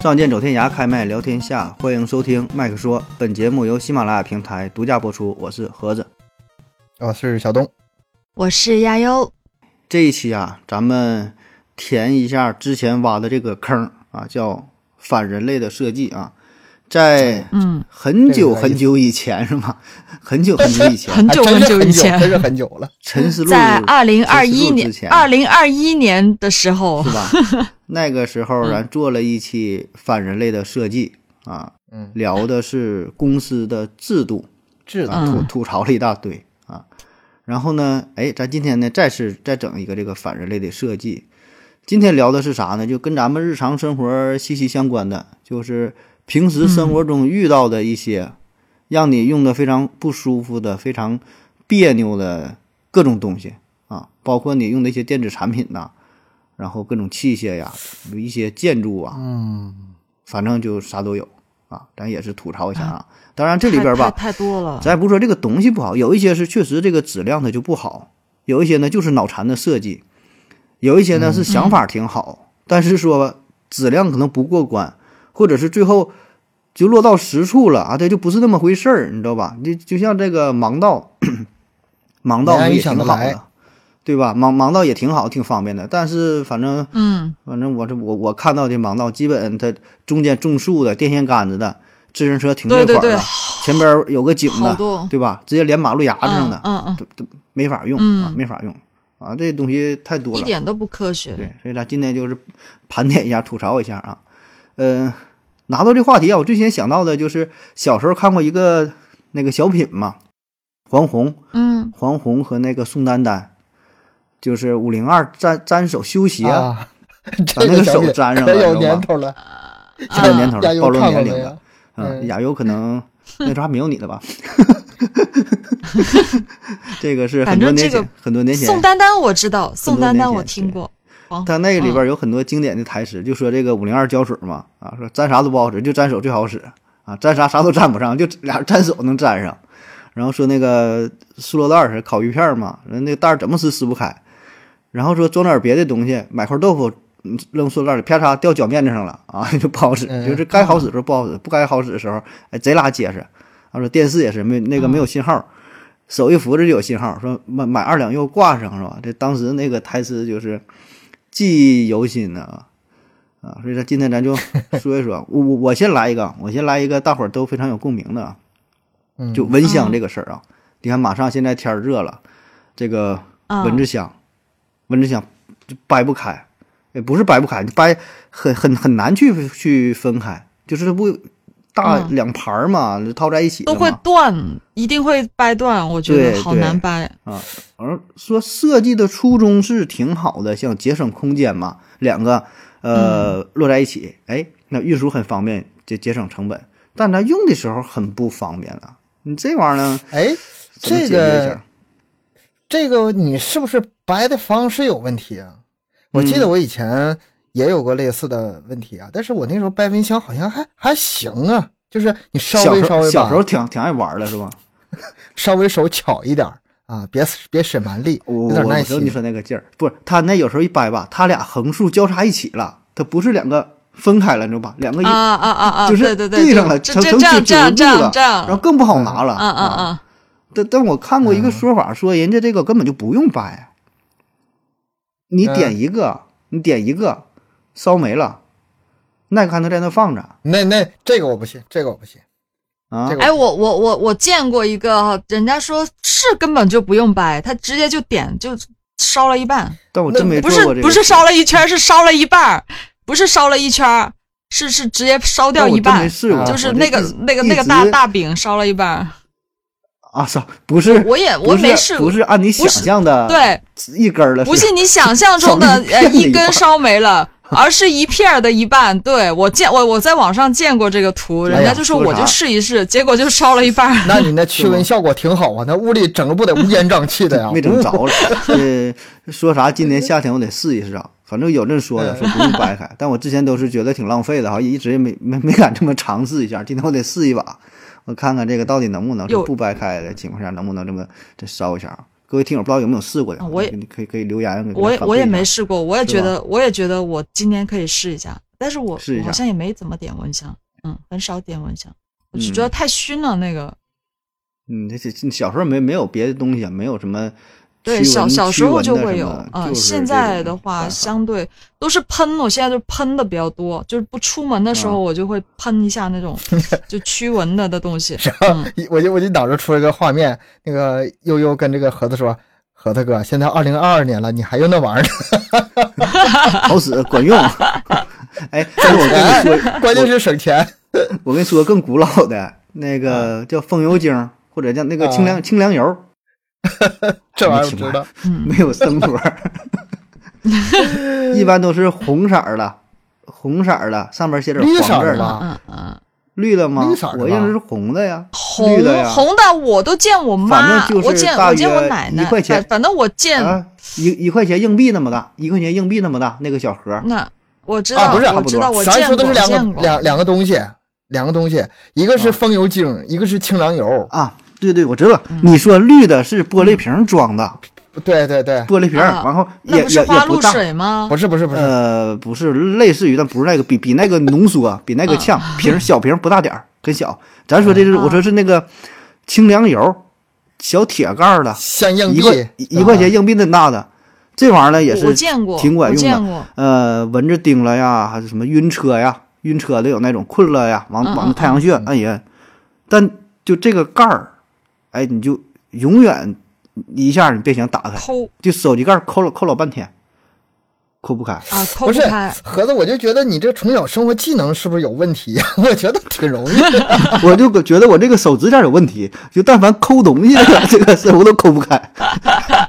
仗剑走天涯，开麦聊天下，欢迎收听麦克说。本节目由喜马拉雅平台独家播出，我是盒子。我哦是小东。我是亚优，这一期啊，咱们填一下之前挖的这个坑啊，叫反人类的设计啊，在嗯，很久很久以前是吗？ 很久很久以 前，很久真很是久以前，真是很久 了。陈思路在二零二一陈思路年之前，二零二一年的时候是，吧？那个时候咱做了一期反人类的设计啊，嗯，聊的是公司的制度，制度啊，吐嗯吐槽了一大堆啊。然后呢，哎，咱今天呢再是再整一个这个反人类的设计。今天聊的是啥呢？就跟咱们日常生活息息相关的，就是平时生活中遇到的一些让你用的非常不舒服的、非常别扭的各种东西啊，包括你用的一些电子产品呐、然后各种器械呀，有一些建筑啊，嗯，反正就啥都有啊。咱也是吐槽一下啊。当然这里边吧，太太太多了，咱也不说这个东西不好，有一些是确实这个质量它就不好，有一些呢就是脑残的设计，有一些呢是想法挺好，但是说吧质量可能不过关，或者是最后就落到实处了啊，它就不是那么回事儿，你知道吧？就就像这个盲道，盲道没人也想挺得好来的，对吧？盲盲道也挺好，挺方便的，但是反正嗯，反正我这我我看到的盲道，基本它中间种树的、电线杆子的、自行车停这对块对儿的，对，前边儿有个井好的，多对吧？直接连马路牙子上嗯的，嗯都都没法用、啊，嗯没法用啊，这东西太嗯，多一了。点都不科学，对，所以咱今天就是盘点一下，吐槽一下啊。呃，拿到这话题啊，我最先想到的就是小时候看过一个那个小品嘛，黄宏嗯，黄宏和那个宋丹丹，就是五零二粘粘手修鞋，啊，把 这那个小手品粘上可了，有知道年吧？头了，太有年 嗯头亚了，优暴露看过年没龄有了。啊，嗯亚优可 能那时候还没有你呢吧？ 这个是很反多正年这个前，很多年前宋，丹丹我知道，宋丹丹我年前听过，哦黄他那个里边有很多经典的台词，就说这个五零二胶水嘛，啊，说粘啥都不好使，就粘手最好使啊，粘啥啥都粘不上，就俩人粘手能粘上。然后说那个塑料袋儿是烤鱼片儿嘛，人那个袋儿怎么撕撕不开，然后说装点别的东西，买块豆腐嗯扔塑料袋里，啪嚓掉脚面子上了啊， 就不好使，嗯就是该好使的时候不好使，不该好使的时候哎贼拉结实。他说电视也是没那嗯个没有信号，手一扶着就有信号，说买买二两肉挂上是吧？这当时那个台词就是记忆犹新呢啊。啊，所以说今天 咱就说一说，我我我先来一个，我先来一个，大伙儿都非常有共鸣的啊，嗯就蚊香这个事儿啊，你看马上现在天儿热了，这个嗯蚊子香，蚊子香就掰不开，也不是掰不开，你掰很很很难去去分开，就是它不大嗯两盘儿嘛，就套在一起的都嘛会断，一定会掰断，我觉对得好对难掰，而说设计的初衷是挺好的，想节省空间嘛，两个嗯呃、落在一起，哎，那运输很方便，节节省成本，但咱用的时候很不方便啊。你这玩意儿呢，哎，怎么这解决一下个？这个你是不是掰的方式有问题啊？我嗯记得我以前也有过类似的问题啊，但是我那时候掰蚊香好像还还行啊，就是你稍小微时稍候微小时候把挺挺爱玩的是吧？稍微手巧一点儿啊，别别使蛮力，我有我点耐我知道心你。说那个劲儿，不是他那有时候一掰吧，他俩横竖交叉一起了，它不是两个分开了，你知道吧？两个一、啊啊啊啊，就是对对对对，上了这成这成这样九这样九这度了样这然后样，更不好拿了。啊啊啊。但但我看过一个嗯说法，说人家这个根本就不用掰，啊你嗯点一个，你点一个，烧没了，耐看它在那放着那那这个我不信，这个我不信。啊这。个 哎，我我我我见过一个哈，人家说是根本就不用掰，他直接就点就烧了一半，但我真没哎不做是过这个，不是烧了一圈儿，是烧了一半儿，不是烧了一圈儿，是是直接烧但掉我一真半没儿，试过，就是我这那个一那个那个一大直大饼烧了一半 儿。啊，是不是？我也我不是没试不过，是按你想不是象的对，一根儿了，不是是你想象中的烧呃了一片的一一半儿根烧没了。而是一片儿的一半，对我见我我在网上见过这个图，哎人呀家就说说我啥就试一试，结果就烧了一半 儿。那你那驱蚊效果挺好啊，那屋里整个不得乌烟瘴气啊的呀 ？没整着 了。呃，说啥今年夏天我得试一试啊，反正有这说嗯的，说不用 掰开，但我之前都是觉得挺浪费的哈，一直也没没没敢这么尝试一下。今天我得试一把，我看看这个到底能不能，有说不掰开的情况下能不能这么这烧一下啊？各位听友不知道有没有试过的，啊我也你可以可以留言给我也反馈我也一下没试过，我也是觉吧得，我也觉得我今天可以试一下，但是我试一我下好像也没怎么点蚊香，嗯，很少点蚊香，我就嗯觉得太熏了那个。嗯，这这小时候没没有别的东西啊，没有什么对，驱小蚊小时候驱就蚊的会什有么，嗯，就是现这在种啊的话办法相对都是喷，我现在就喷的比较多，就是不出门的时啊候我就会喷一下那 种就驱蚊的的东西，然后嗯，一我就我就脑子出了一个画面，那个悠悠跟这个盒子说：“盒子哥，现在二零二二年了，你还用那玩意儿呢？好使管 用。 哎，但是我跟你说，哎关键是省钱。我跟你说更古老 的那啊个叫风油精，或者叫那个清凉、清凉 油，”这玩意儿不知道，嗯没有生活， 一般都是红色儿的，红色儿的上面写点绿色黄字儿儿的，的吧嗯嗯，绿的吗？绿色儿的吧我认为是红的呀，红绿的呀，红的我都见我妈反，正就是我见大我见我约奶一奶，块钱反反正我嗯见、啊，一一块钱硬币那么大，一块钱硬币那么大那个小盒儿，嗯那我知道，啊不是差我不知多道我咱见说的过是两见个过，两两个东西，两个东西，一个啊是风油精，一个是清凉油。啊，对对，我知道，嗯你说绿的是玻璃瓶装的，对对对，玻璃瓶儿，啊然后也那不也是也花不露大，水吗？不是不是不是，呃，不是类似于，但不是那个，比比那个浓缩，比那个呛，瓶儿小瓶儿不大点儿，很小。咱说这是，嗯我说是那个清凉油，小铁盖儿的，像硬一币啊块一一块钱硬币那么大的，这玩意儿呢也我我是见过，挺管我用见的。过，呃，蚊子叮了呀，还是什么晕车呀，晕车的有那种困了呀，往嗯往嗯那太阳穴按一按，但就这个盖儿，哎，你就永远一下你别想打开，抠就手机盖儿抠了抠老半天，抠不开。啊抠不是开，盒子，我就觉得你这从小生活技能是不是有问题呀？ 我觉得挺容易的。我就觉得我这个手指甲有问题，就但凡抠东西这个这个手都抠不 开，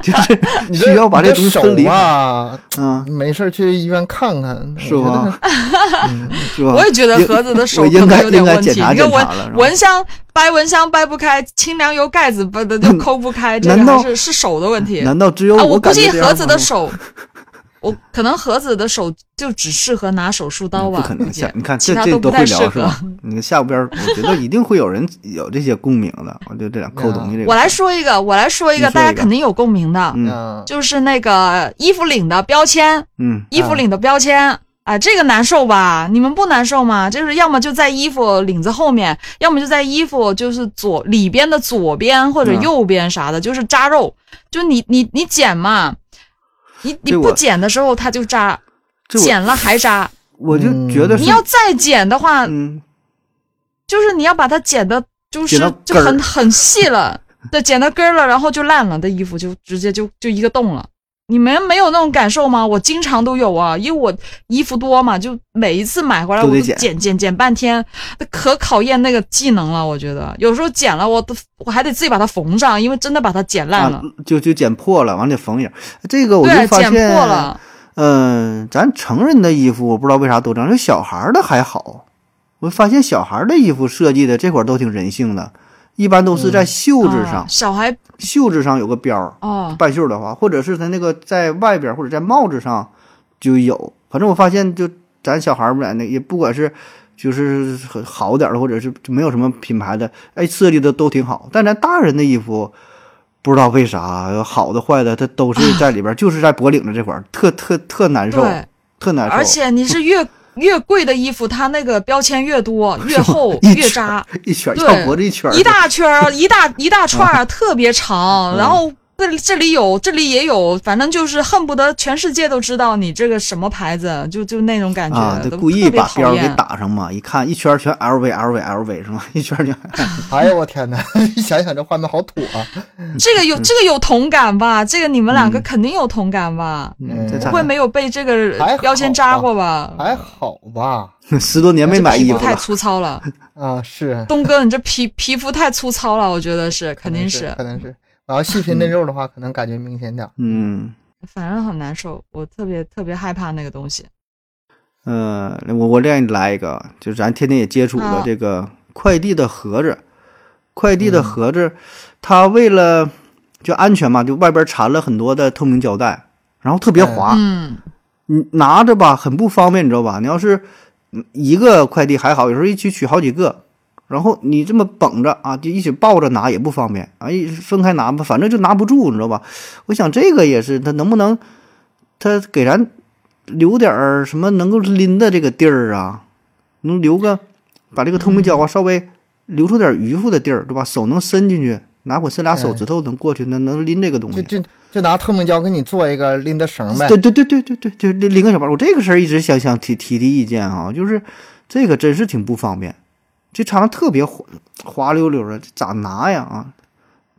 就是你需要把你这东西手分离开，啊，嗯，没事儿去医院看看。哎是我觉得吧？嗯是吧？哎我也觉得应盒子的手我可应能该有点应该问题。检查你看检蚊查了，是吧蚊香掰蚊香掰不开，清凉油盖子掰的就抠不开，这难个道还是是手的问题难道只有啊！我估感计觉这样盒子的吗 手，我可能盒子的手就只适合拿手术嗯刀不吧，可估能，计下你看啊其这他这不都太会适聊是合吧。？你下边儿我觉得一定会有人有这些共鸣的，我就这 俩抠东西这个，我来说一个，我来说一你个，说大家一个肯定有共鸣的，嗯嗯，就是那个衣服领的标签，嗯衣服领的标签。啊，这个难受吧？你们不难受吗？就是要么就在衣服领子后面，要么就在衣服就是左里边的左边或者嗯右边啥的，就是扎肉。就你你你剪嘛，你你这不我剪的时候它就扎，这剪了还扎。我我就觉得你是要再剪的话，嗯就是你要把它剪的，就剪是到就根儿很很细了， 对，剪到根儿了，然后就烂了，这衣服就直接就就一个洞了。你们没有那种感受吗？我经常都有啊，因为我衣服多嘛，就每一次买回来都我得都剪剪剪剪半天，可考验那个技能了。我觉得有时候剪了我都我还得自己把它缝上，因为真的把它剪烂了啊，就就剪破了，完了得缝一下。这个我就对，发剪现破了。嗯，咱成人的衣服我不知道为啥都这样，就小孩儿的还好。我发现小孩儿的衣服设计的这块儿都挺人性的，一般都是在袖子上，啊小孩袖子上有个标儿，哦，半袖儿的话，或者是他那个在外边儿或者在帽子上就有。反正我发现，就咱小孩儿买那也不管是就是很好点儿的，或者是就没有什么品牌的，哎，设计的都挺好。但咱大人的衣服，不知道为啥好的坏的，它都是在里边儿，就是在脖领子这块儿，特特特难受，对，特难受。而且你是越越贵的衣服，它那个标签 越多，越厚一越圈扎。一圈儿对绕脖子一圈儿，嗯一大圈儿，啊一大 一大串儿，啊特别长，然后。这这里有，这里也有，反正就是恨不得全世界都知道你这个什么牌子，就就那种感觉，啊，都故意特别把讨标儿给厌。打上嘛，一看一圈儿全 LV LV LV 是吗？一圈儿全 哎呦我天哪！ 一想想这画面好土啊。这个有嗯这个有同感吧？这个你们两个肯定有同感吧？嗯，这嗯咋不会没有被这还个好标签扎过吧？还好吧？十多年没买这衣皮服肤太了，粗糙了， 啊，是，东哥，你这皮皮肤太粗糙了，我觉得是肯定是，可能是。然后细 皮嫩肉的话，可能感觉明显点儿。嗯。反正很难受，我特别特别害怕那个东西。嗯，我我让你来一个，就是咱天天也接触的啊这个快递的盒子，快递的嗯盒子，它为了就安全嘛，就外边缠了很多的透明胶带，然后特别滑，嗯，你拿着吧很不方便，你知道吧？你要是嗯一个快递还好，有时候一起取好几个，然后你这么绷着啊，就一起抱着拿也不方便啊，一分开拿吧，反正就拿不住，你知道吧？我想这个也是，它能不能它给咱留点儿什么能够拎的这个地儿啊，能留个把这个透明胶啊稍微留出点余富的地儿，对吧？手能伸进去，拿我伸俩手指头能过去，能能拎这个东就西。就就拿透明胶给你做一个拎的绳 呗对。对对对对对，就拎拎个小包。我这个事儿一直想想提提提意见啊，就是这个真是挺不方便，这厂子特别滑滑溜溜的，这咋拿呀啊？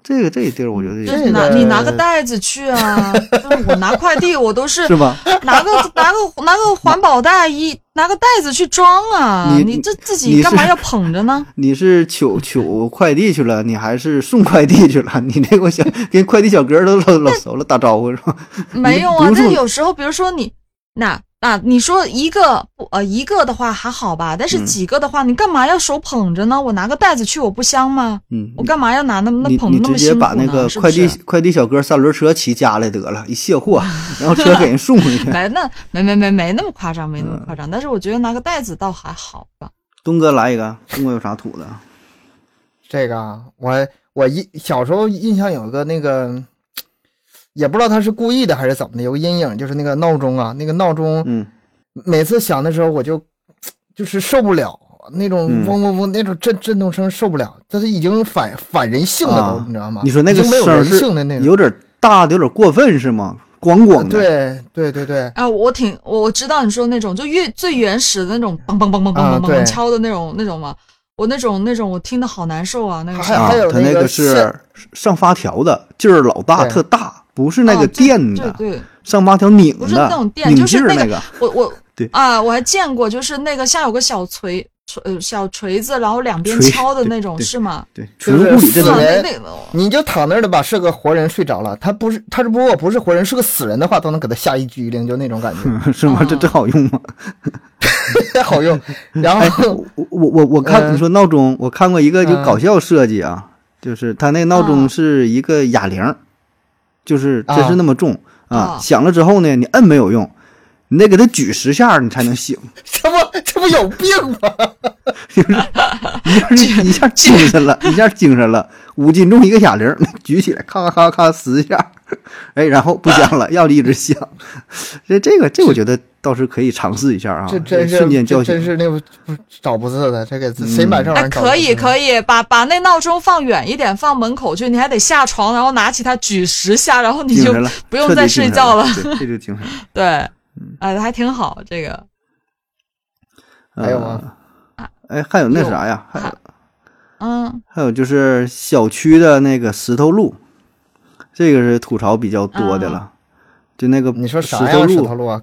这个这地儿我觉得也就是这拿个你拿个袋子去啊， 就是我拿快递，我都是是吧？拿 个拿个拿个环保袋一拿个袋子去装啊，你你这自你是己干嘛要捧着 呢？你是取取快递去了，你还是送快递去了？ 你这我想跟快递小哥都老老熟了，打招呼是吧？没有不啊，是但说有时候比如说你那那你说一个不呃一个的话还好吧，但是嗯几个的话，你干嘛要手捧着呢？我拿个袋子去我不香吗？嗯，我干嘛要拿那么那你捧你得那直么接辛苦把那个呢？是不快递是？ 快递小哥三轮车骑家来得了，一卸货， 然后车给人送回去。没那没没没没那么夸张，没那么嗯夸张。但是我觉得拿个袋子倒还好吧。东哥来一个，东哥有啥土的？这个啊，我我印小时候印象有个那个，也不知道他是故意的还是怎么的，有个阴影，就是那个闹钟啊，那个闹钟，嗯，每次响的时候我就就是受不了那种嗯嗡嗡嗡那种震震动声受不了，这是已经反反人性了都，啊你知道吗？你说那已个经没有声人儿是性的那种，啊有点大的，有点过分是吗？咣咣的。，对对对对，啊，我挺我我知道你说那种，就越最原始的那种梆梆梆梆梆梆啊梆对梆敲的那种那种嘛，我那种那种我听的好难受啊，那个还声啊，有他那个个是线上发条的，劲儿老大，对特大，不是那个啊对电对的，对，上发条拧不是那种的，电拧就是劲儿那 个个。我我 对啊，我还见过，就是那个像有个小锤锤呃小锤子，然后两边锤敲的对那种对 是吗？对，纯就是物理对震动哇死。那人那个你就躺那儿的吧，是个活人睡着了，他不是他如果不是活人，是个死人的话，都能给他吓一激灵，就那种感觉，是吗？这真好用吗？ 好用。然哎，后我我我我看嗯你说闹钟，我看过一个就嗯搞笑设计啊，就是它那闹钟啊是一个哑铃儿，就是真是那么重啊啊，响了之后呢，你摁没有用，你得给它举十下儿你才能醒， 这不这不有病吗？ 一下一下精神了，一下精神了，五斤重一个哑铃 儿，举起来咔咔咔咔十下，哎，然后不响了， 要一直响，这这个这我觉得倒是可以尝试一下啊，这真是瞬间这叫真醒，是那不不找不是的，这给自谁买这玩意哎儿找不是的？可以可以，把把那闹钟放远一点，放门口去，你还得下床，然后拿起它举十下，然后你精就神了，不用彻底再精睡神觉了嗯了，对这就精 神了。对，哎，还挺好这个。还有吗呃？哎，还有那啥呀？还有啊嗯，还有就是小区的那个石头路，这个是吐槽比较多的了。就那个啊你说石啥头呀？石路，头路啊，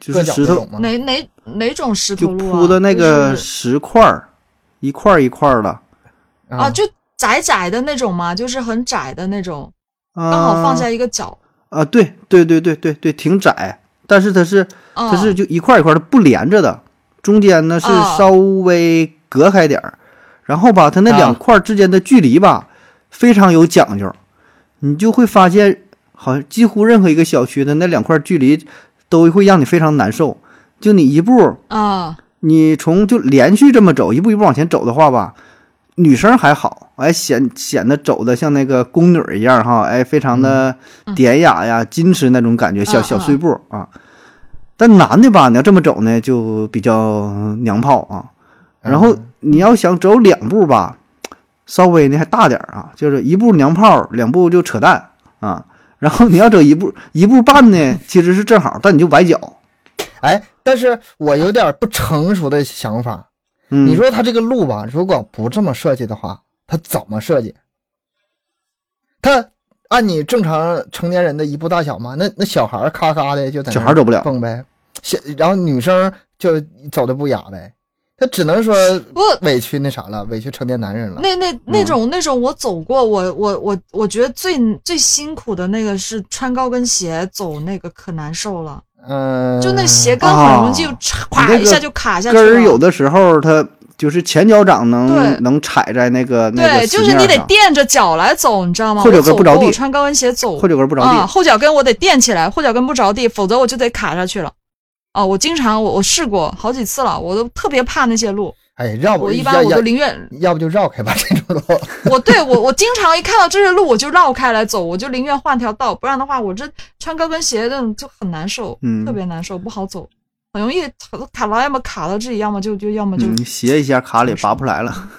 就是硌脚石那头种吗？哪哪哪种石就头路啊？铺的那个就是石块儿，一块儿一块儿的啊，就窄窄的那种嘛，就是很窄的那种，啊，刚好放下一个脚。啊，对对对对对对，挺窄，但是它是啊，它是就一块儿一块儿的不连着的，中间呢是啊稍微隔开点儿，然后吧，它那两嗯啊块儿之间的距离吧非常有讲究，你就会发现，好像几乎任何一个小区的那两块儿距离都会让你非常难受。就你一步，啊，你从就连续这么走，一步一步往前走的话吧，女生还好，哎，显显得走的像那个宫女儿一样哈，哎，非常的典雅呀、矜持那种感觉，小嗯小嗯碎步啊。但男的吧，你要这么走呢，就比较娘炮啊。嗯然后你要想走两步吧，稍微呢还大点儿啊，就是一步娘炮，两步就扯淡啊。然后你要走一步一步半呢，其实是正好，但你就崴脚。哎，但是我有点不成熟的想法。嗯，你说他这个路吧，如果不这么设计的话，他怎么设计？他按你正常成年人的一步大小嘛，那那小孩儿咔咔的就在那小孩走不了，蹦呗，小然后女生就走的不雅呗，他只能说不，委屈那啥了，委屈成年男人了。那那嗯那种那种我走过，我我我我觉得最最辛苦的那个是穿高跟鞋走那个可难受了，嗯，就那鞋跟很容易就啊咵一下就卡下去根儿有了。的时候它就是前脚掌能对能踩在那个那对，个就石是你面得上，垫着脚来走，你知道吗？后脚跟我走不着地过我穿高跟鞋走后脚跟不着啊，地。后脚跟我得垫起来，后脚跟不着地，否则我就得卡下去了。啊，我经常我我试过好几次了，我都特别怕那些路，哎，要不我一般我要都宁愿要要不就绕开吧 这种路。我对我我经常一看到这些路我就绕开来走，我就宁愿换条道，不然的话我这穿高跟鞋的就很难受，嗯特别难受，不好走，很容易卡牢，要么卡到这里，要么就就要么就嗯，你斜一下卡里拔不出来了。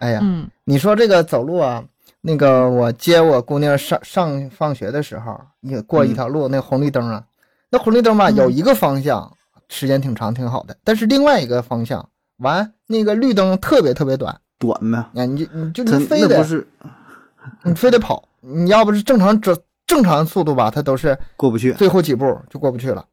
哎呀，嗯你说这个走路啊，那个我接我姑娘上上放学的时候，也过一条路，那红绿灯啊，那红绿灯吧，嗯有一个方向时间挺长，挺好的，但是另外一个方向完那个绿灯特别特别短，短呗，啊，你就你就它你非那不得是你非得跑，你要不是正常正正常速度吧，它都是过不去。最后几步就过不去了。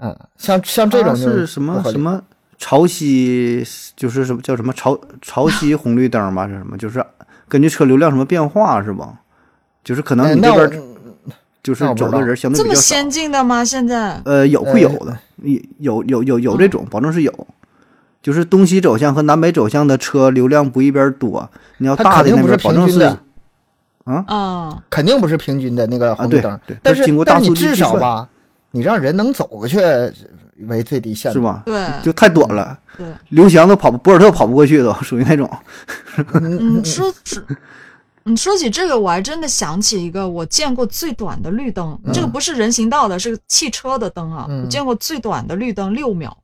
嗯，像像这它种就是啊什么不合理什么潮汐，就是什么叫什么潮潮 汐红绿灯吧？是什么？就是根据车流量什么变化是吧？就是可哎能你那这我边就是那我不走知的道人相对这比么较少。先进的吗？现在呃，有会有呃的，有有有嗯有这种，保证是有。就是东西走向和南北走向的车流量不一边多，你要它大的肯定那不边是保平证均是的啊，肯定不是平均的那个啊，红绿对灯，对，但它经过大但是数你据计至少算吧，你让人能走过去为最低限是度，吧？对嗯就太短了，对，刘翔都跑不，博尔特跑不过去都， 属于那种。嗯，说说。你说起这个，我还真的想起一个我见过最短的绿灯，嗯这个不是人行道的，是汽车的灯啊。嗯我见过最短的绿灯六秒，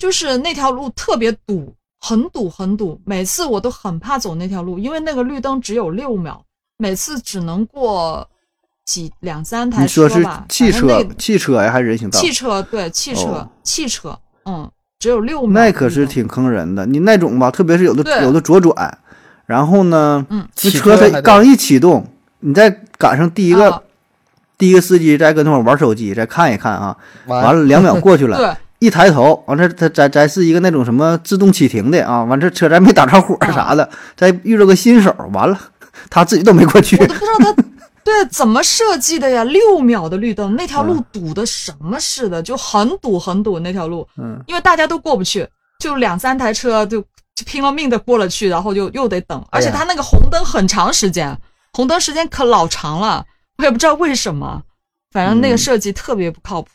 就是那条路特别堵，很堵很堵，每次我都很怕走那条路，因为那个绿灯只有六秒，每次只能过几两三台你说车是吧。汽反正车那、汽车呀，还是人行道？汽车对汽车、哦汽车，嗯，只有六秒。那可是挺坑人的。你那种吧，特别是有的嗯对有的左转，然后呢，嗯这起车车它还得刚一启动，你再赶上第一个、啊第一个司机再跟那会儿玩手机，再看一看啊，完了了两秒过去了，对。一抬头，完这它咱咱是一个那种什么自动启停的啊，完这车咱没打着火啊啥的，再遇着个新手，完了他自己都没过去 我，都不知道他对怎么设计的呀？六秒的绿灯，那条路嗯堵的什么似的，就很堵很堵那条路，嗯，因为大家都过不去，就两三台车就就拼了命的过了去，然后就又得等，而且他那个红灯很长时间，红灯时间可老长了，我也不知道为什么，反正那个嗯设计特别不靠谱。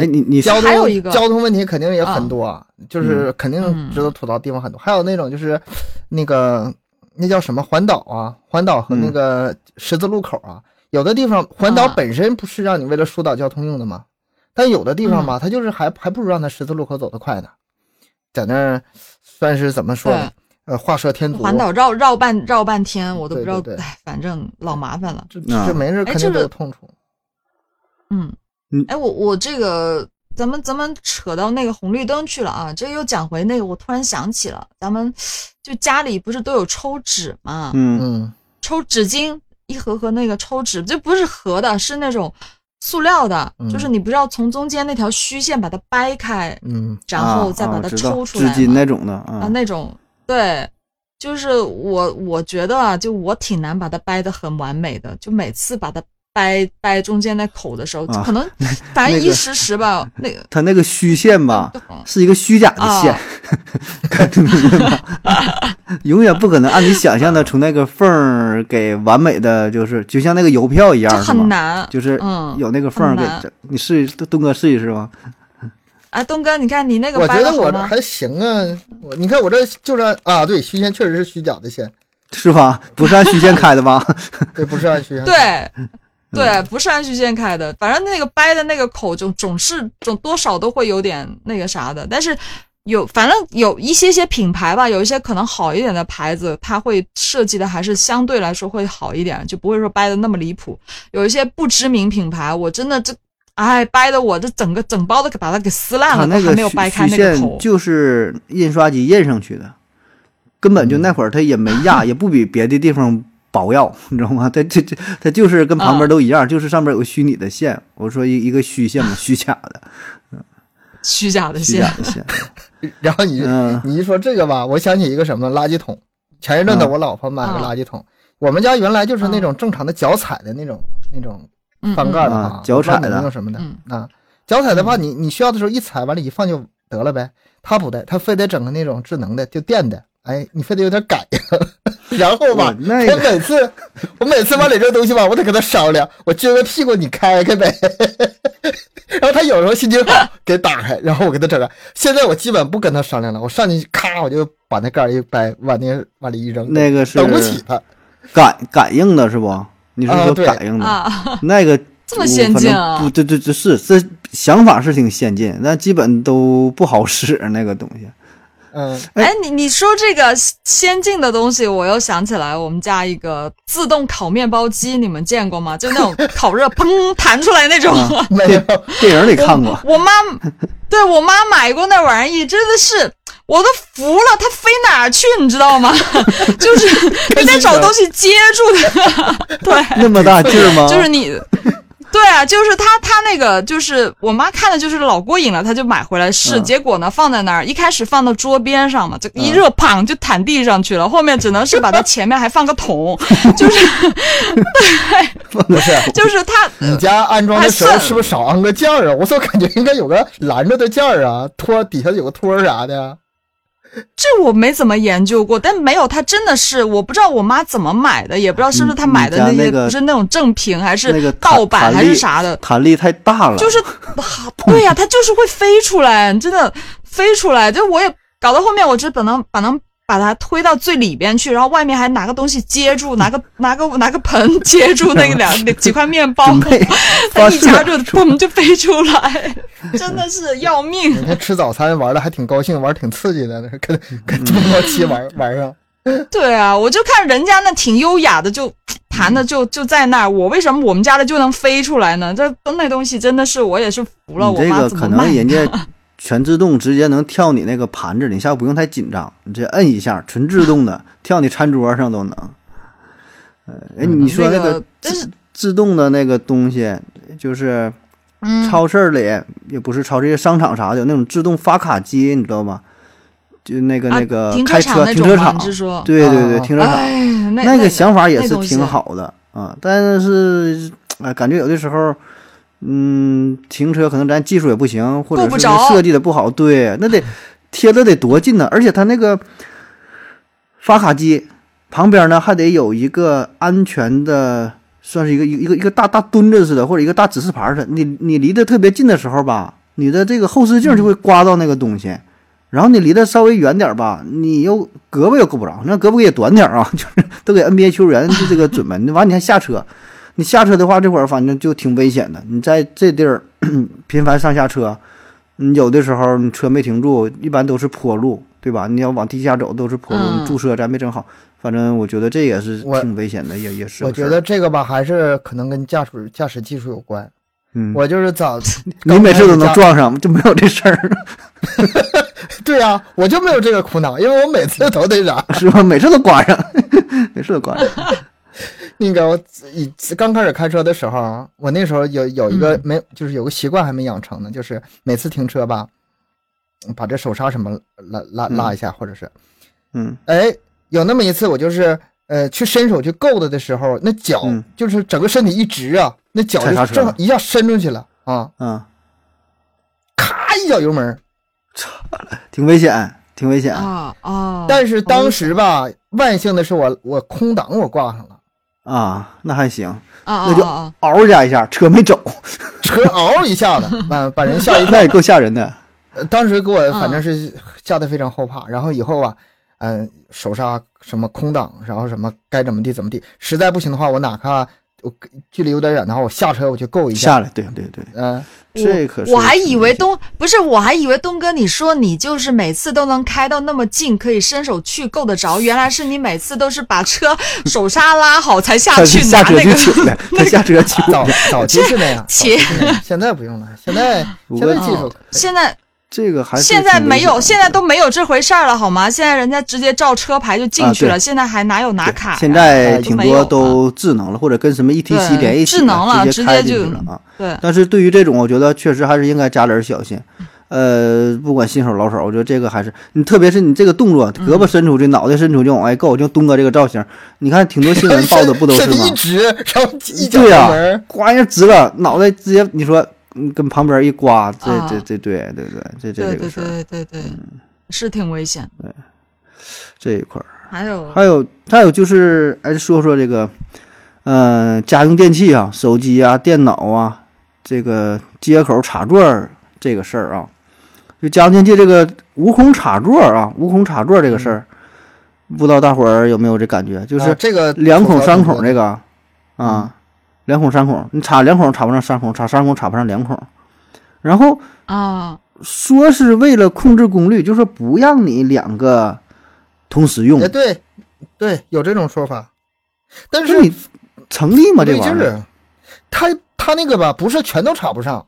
哎你你交通还有一个交通问题肯定也很多，啊就是肯定嗯值得吐槽的地方很多。还有那种就是那个那叫什么环岛啊，环岛和那个十字路口啊，有的地方环岛嗯啊本身不是让你为了疏导交通用的吗？但有的地嗯方吧，它就是还还不如让它十字路口走得快呢，在那儿算是怎么说呢？呃，画蛇添足，环岛绕绕半绕半天，我都不知道对，对对哎，反正老麻烦了。这这没事，哎肯定都这有个痛处。嗯嗯，哎，我我这个，咱们咱们扯到那个红绿灯去了啊，这又讲回那个，我突然想起了，咱们就家里不是都有抽纸嘛，嗯嗯，抽纸巾一盒盒那个抽纸，这不是盒的，是那种塑料的，嗯就是你不是要从中间那条虚线把它掰开，嗯，然后再啊啊把我它知道抽出来嘛、纸巾那种的啊，啊，那种对，就是我我觉得啊，就我挺难把它掰得很完美的，就每次把它掰掰中间那口的时候，就啊可能反那正一个时时吧，那个它那个虚线吧，是一个虚假的线，啊 永远不可能按你想象的从那个缝儿给完美的，就是就像那个邮票一就样，是很吗？难，就是嗯有那个缝儿给很难这，你试一东哥试一试吧。哎，东哥，你看你那个我掰觉的得我好这吗？还行啊，我你看我这就是啊，对，虚线确实是虚假的线，是吧？不是按虚线开的 吧？对，不是按嗯虚线。对。对，不是按虚线开的，反正那个掰的那个口总总是总多少都会有点那个啥的，但是有反正有一些些品牌吧，有一些可能好一点的牌子，它会设计的还是相对来说会好一点，就不会说掰的那么离谱。有一些不知名品牌，我真的这哎掰的我这整个整包都给把它给撕烂它了，那都个还没有掰开虚那个口线。就是印刷机印上去的，根本就那会儿它也没压，嗯也不比别的地方薄要， 你知道吗？它这这它就是跟旁边都一嗯样，就是上面有个虚拟的线。我说一一个虚线嘛， 虚假的，虚假的虚线假，的 线。 然后你、嗯你一说这个吧，我想起一个什么垃圾桶。前一阵子嗯我老婆买了个嗯垃圾桶，我们家原来就是那嗯种正常的脚踩的那种、那种嗯翻盖嗯嗯的啊啊，脚踩的嗯不知道你们用什么的、嗯啊？脚踩的话，你你需要的时候一踩完了一放就得了呗。它不对，它非得整个那种智能的，就电的，哎，你非得有点改 呀。然后吧，那我每次我每次往里这东西吧，我得跟他商量，我撅个屁股你开开呗。 然后他有时候心情好给打开，然后我给他整上。现在我基本不跟他商量了，我上去咔我就把那盖儿一掰，往那往里一扔，那个是等不起他。感感应的是不？你是啊说对感应的？哦啊，那个这么先进我啊反正不，对对对，是这想法是挺先进，但基本都不好使那个东西。嗯，哎，你你说这个先进的东西，我又想起来，我们家一个自动烤面包机，你们见过吗？就那种 烤热砰弹出来那种。啊没有电电影里看过， 我妈，对我妈买过那玩意，真的是我都服了，它飞哪儿去，你知道吗？ 就是你得找东西接住它。 对，那么大劲儿吗？ 就是你。对啊，就是他，他那个就是我妈看的，就是老过瘾了，她就买回来试，嗯结果呢放在那儿，一开始放到桌边上嘛，就一热砰就弹地上去了，后面只能是把它前面还放个桶， 就是不是。就是他，你家安装的时还候剩是不是少安个件儿啊？我总感觉应该有个拦着的件儿啊，托底下有个托儿啥的。这我没怎么研究过，但没有，他真的是我不知道我妈怎么买的，也不知道是不是她买的你家些那个不是那种正品还那个是弹盗版还弹力是啥的，弹力太大了，就是，啊对呀、它就是会飞出来，真的飞出来。就我也搞到后面，我只本能把能把它推到最里边去，然后外面还拿个东西接住，拿个拿个拿个盆接住那个两那几块面包准，备它发一射夹住，嘣就飞出来，真的是要命每。天吃早餐玩的还挺高兴，玩得挺刺激的，跟跟嗯中国七玩玩上。对啊，我就看人家那挺优雅的，就弹的就就在那儿，我为什么我们家的就能飞出来呢？这那东西真的是我也是服了，你我这妈个怎么可卖能的人家 全自动直接能跳你那个盘子里，你下次不用太紧张，你直接摁一下，纯自动 的跳你餐桌上都能。呃，哎，你说嗯那那个个但是自自动的那个东西，就是嗯超市里也不是超市，商场啥的有那种自动发卡机，你知道吗？就那个啊那个停车开场车那停种车吗场你，是说？对对对，啊停车场。哎， 那那个想法也那是东西挺好的啊，但是哎，感觉有的时候，嗯，停车可能咱技术也不行，或者够不是着设计的不好，对， 那得贴的得多近呢，而且它那个发卡机旁边呢还得有一个安全的。算是一个一个一个一个大大墩子似的，或者一个大指示牌似的。你你离得特别近的时候吧，你的这个后视镜就会嗯刮到那个东西，然后你离得稍微远点儿吧，你又胳膊又够不着，那胳膊也短点儿啊， 就是都给 NBA 球员就这个准备。完你还下车，你下车的话，这会儿反正就挺危险的。你在这地儿 频繁上下车，你有的时候你车没停住，一般都是坡路，对吧？你要往地下走都是坡路，嗯你驻车咱没整好，反正我觉得这也是我挺危险的，也也是我个事儿。觉得这个吧，还是可能跟驾驶驾驶技术有关。嗯，我就是早， 啊你每次都刚才能驾撞上，就没有这事儿，对啊，我就没有这个苦恼，因为我每次都得啥。是吧？每次都刮上， 每次都刮上。那个我以刚开始开车的时候啊，我那时候有有一嗯个没，就是有个习惯还没养成呢，就是每次停车吧，把这手刹什么拉拉拉一下，或者是嗯哎，有那么一次，我就是呃去伸手去够的的时候，那脚嗯就是整个身体一直啊，那脚踩刹就车正好了一下伸出去了啊，啊，咔一脚油门儿。挺危险，挺危险。啊啊！但是好当危时吧，万幸的是我我空挡我挂上了， 啊，那还行，啊那就啊啊！嗷加一下，车没走，车嗷一下子把把人 吓一跳那。也够吓人的。呃当时给嗯我反正是吓得非常后怕。然后以后啊，嗯、手刹什么空挡，然后什么该怎么地怎么地，实在不行的话，我哪怕我距离有点远的话，我下车我去够一下。下来，对对对，嗯、这可是我还以为东不是，我还以为东哥你说你就是每次都能开到那么近，可以伸手去够得着，原来是你每次都是把 车手刹拉好才下他去下拿车那就个取了，他下车取了。早 早期是那样，切。现在不用了，现在不现在过哦技术 现在这个还是现在挺危没有，险现在都没有这回事儿了，好吗？现在人家直接照车牌就进啊去对了，现在还哪有拿的卡呀？现在都挺没多有了都智能了，或者跟什么 ETC 对连一起智能了直直接开进就嗯去了啊。对但是对于这种，我觉得确实还是应该加点儿小心。呃，不管新手老手，我觉得这个还是你，特别是你这个动作，嗯胳膊伸出去，脑袋伸出去往外够，就东哥这个造型，你看挺多新闻报的不都是 身体吗嗯一？直，然后一脚对啊油呀、门儿，刮一下直了，脑袋直接你说嗯跟旁边一刮，这啊这这对对对，这这对这个嗯对事儿。对对对，是挺危险的。这一块儿。还有还有还有就是，哎，说说这个，呃，家用电器啊，手机啊，电脑啊，这个接口插座儿这个事儿啊，就家用电器这个无孔插座儿啊，无孔插座儿这个事儿，嗯不知道大伙儿有没有这感觉？就啊是这个两孔三孔这这个啊啊，两孔三孔，你插两孔插不上三孔，插三孔插不上两孔，然后啊，说是为了控制功率，就说不让你两个同时用哎，，对对，有这种说法，但这是你成立吗？不这对玩劲意儿？儿，他他那个吧，不是全都插不上，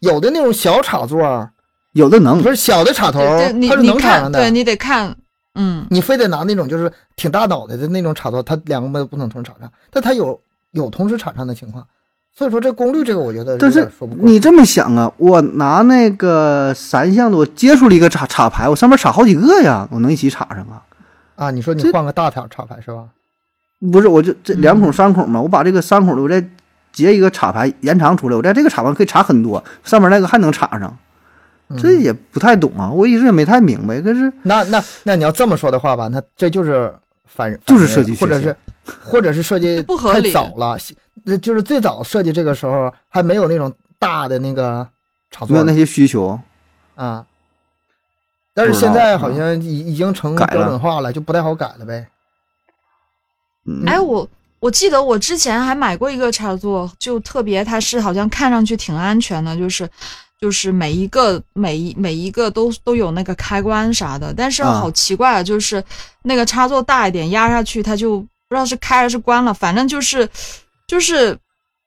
有的那种小插座儿，有的能不，是小的插头儿对，你它是你能插看，上对的。你得看，嗯，你非得拿那种就是挺大脑袋的那种插头，它两个不能同时插上，但它有有同时插上的情况，所以说这功率这个我觉得但有是点说不过去。你这么想啊，我拿那个三项的，我接触了一个插插排，我上面插好几个呀，我能一起插上啊？啊，你说你这换个大插插排是吧？不是，我就这嗯两孔三孔嘛，我把这个三孔的，我再结一个插排延长出来，我在这个插排可以插很多，上面那个还能插上，嗯这也不太懂啊，我一直也没太明白，可是那那那你要这么说的话吧，那这就是反人就是反设人计学或者是或者是设计不合太理早了，那就是最早设计这个时候还没有那种大的那个插没座有那些需求。啊。但是不知道嗯现在好像已已经成改标了准化了，就不太好改了呗。嗯，哎，我我记得我之前还买过一个插座，就特别，它是好像看上去挺安全的，就是就是每一个每一每一个都都有那个开关啥的，但是啊好奇怪啊，就是那个插座大一点压下去，它就不知道是开还是关了，反正就是就是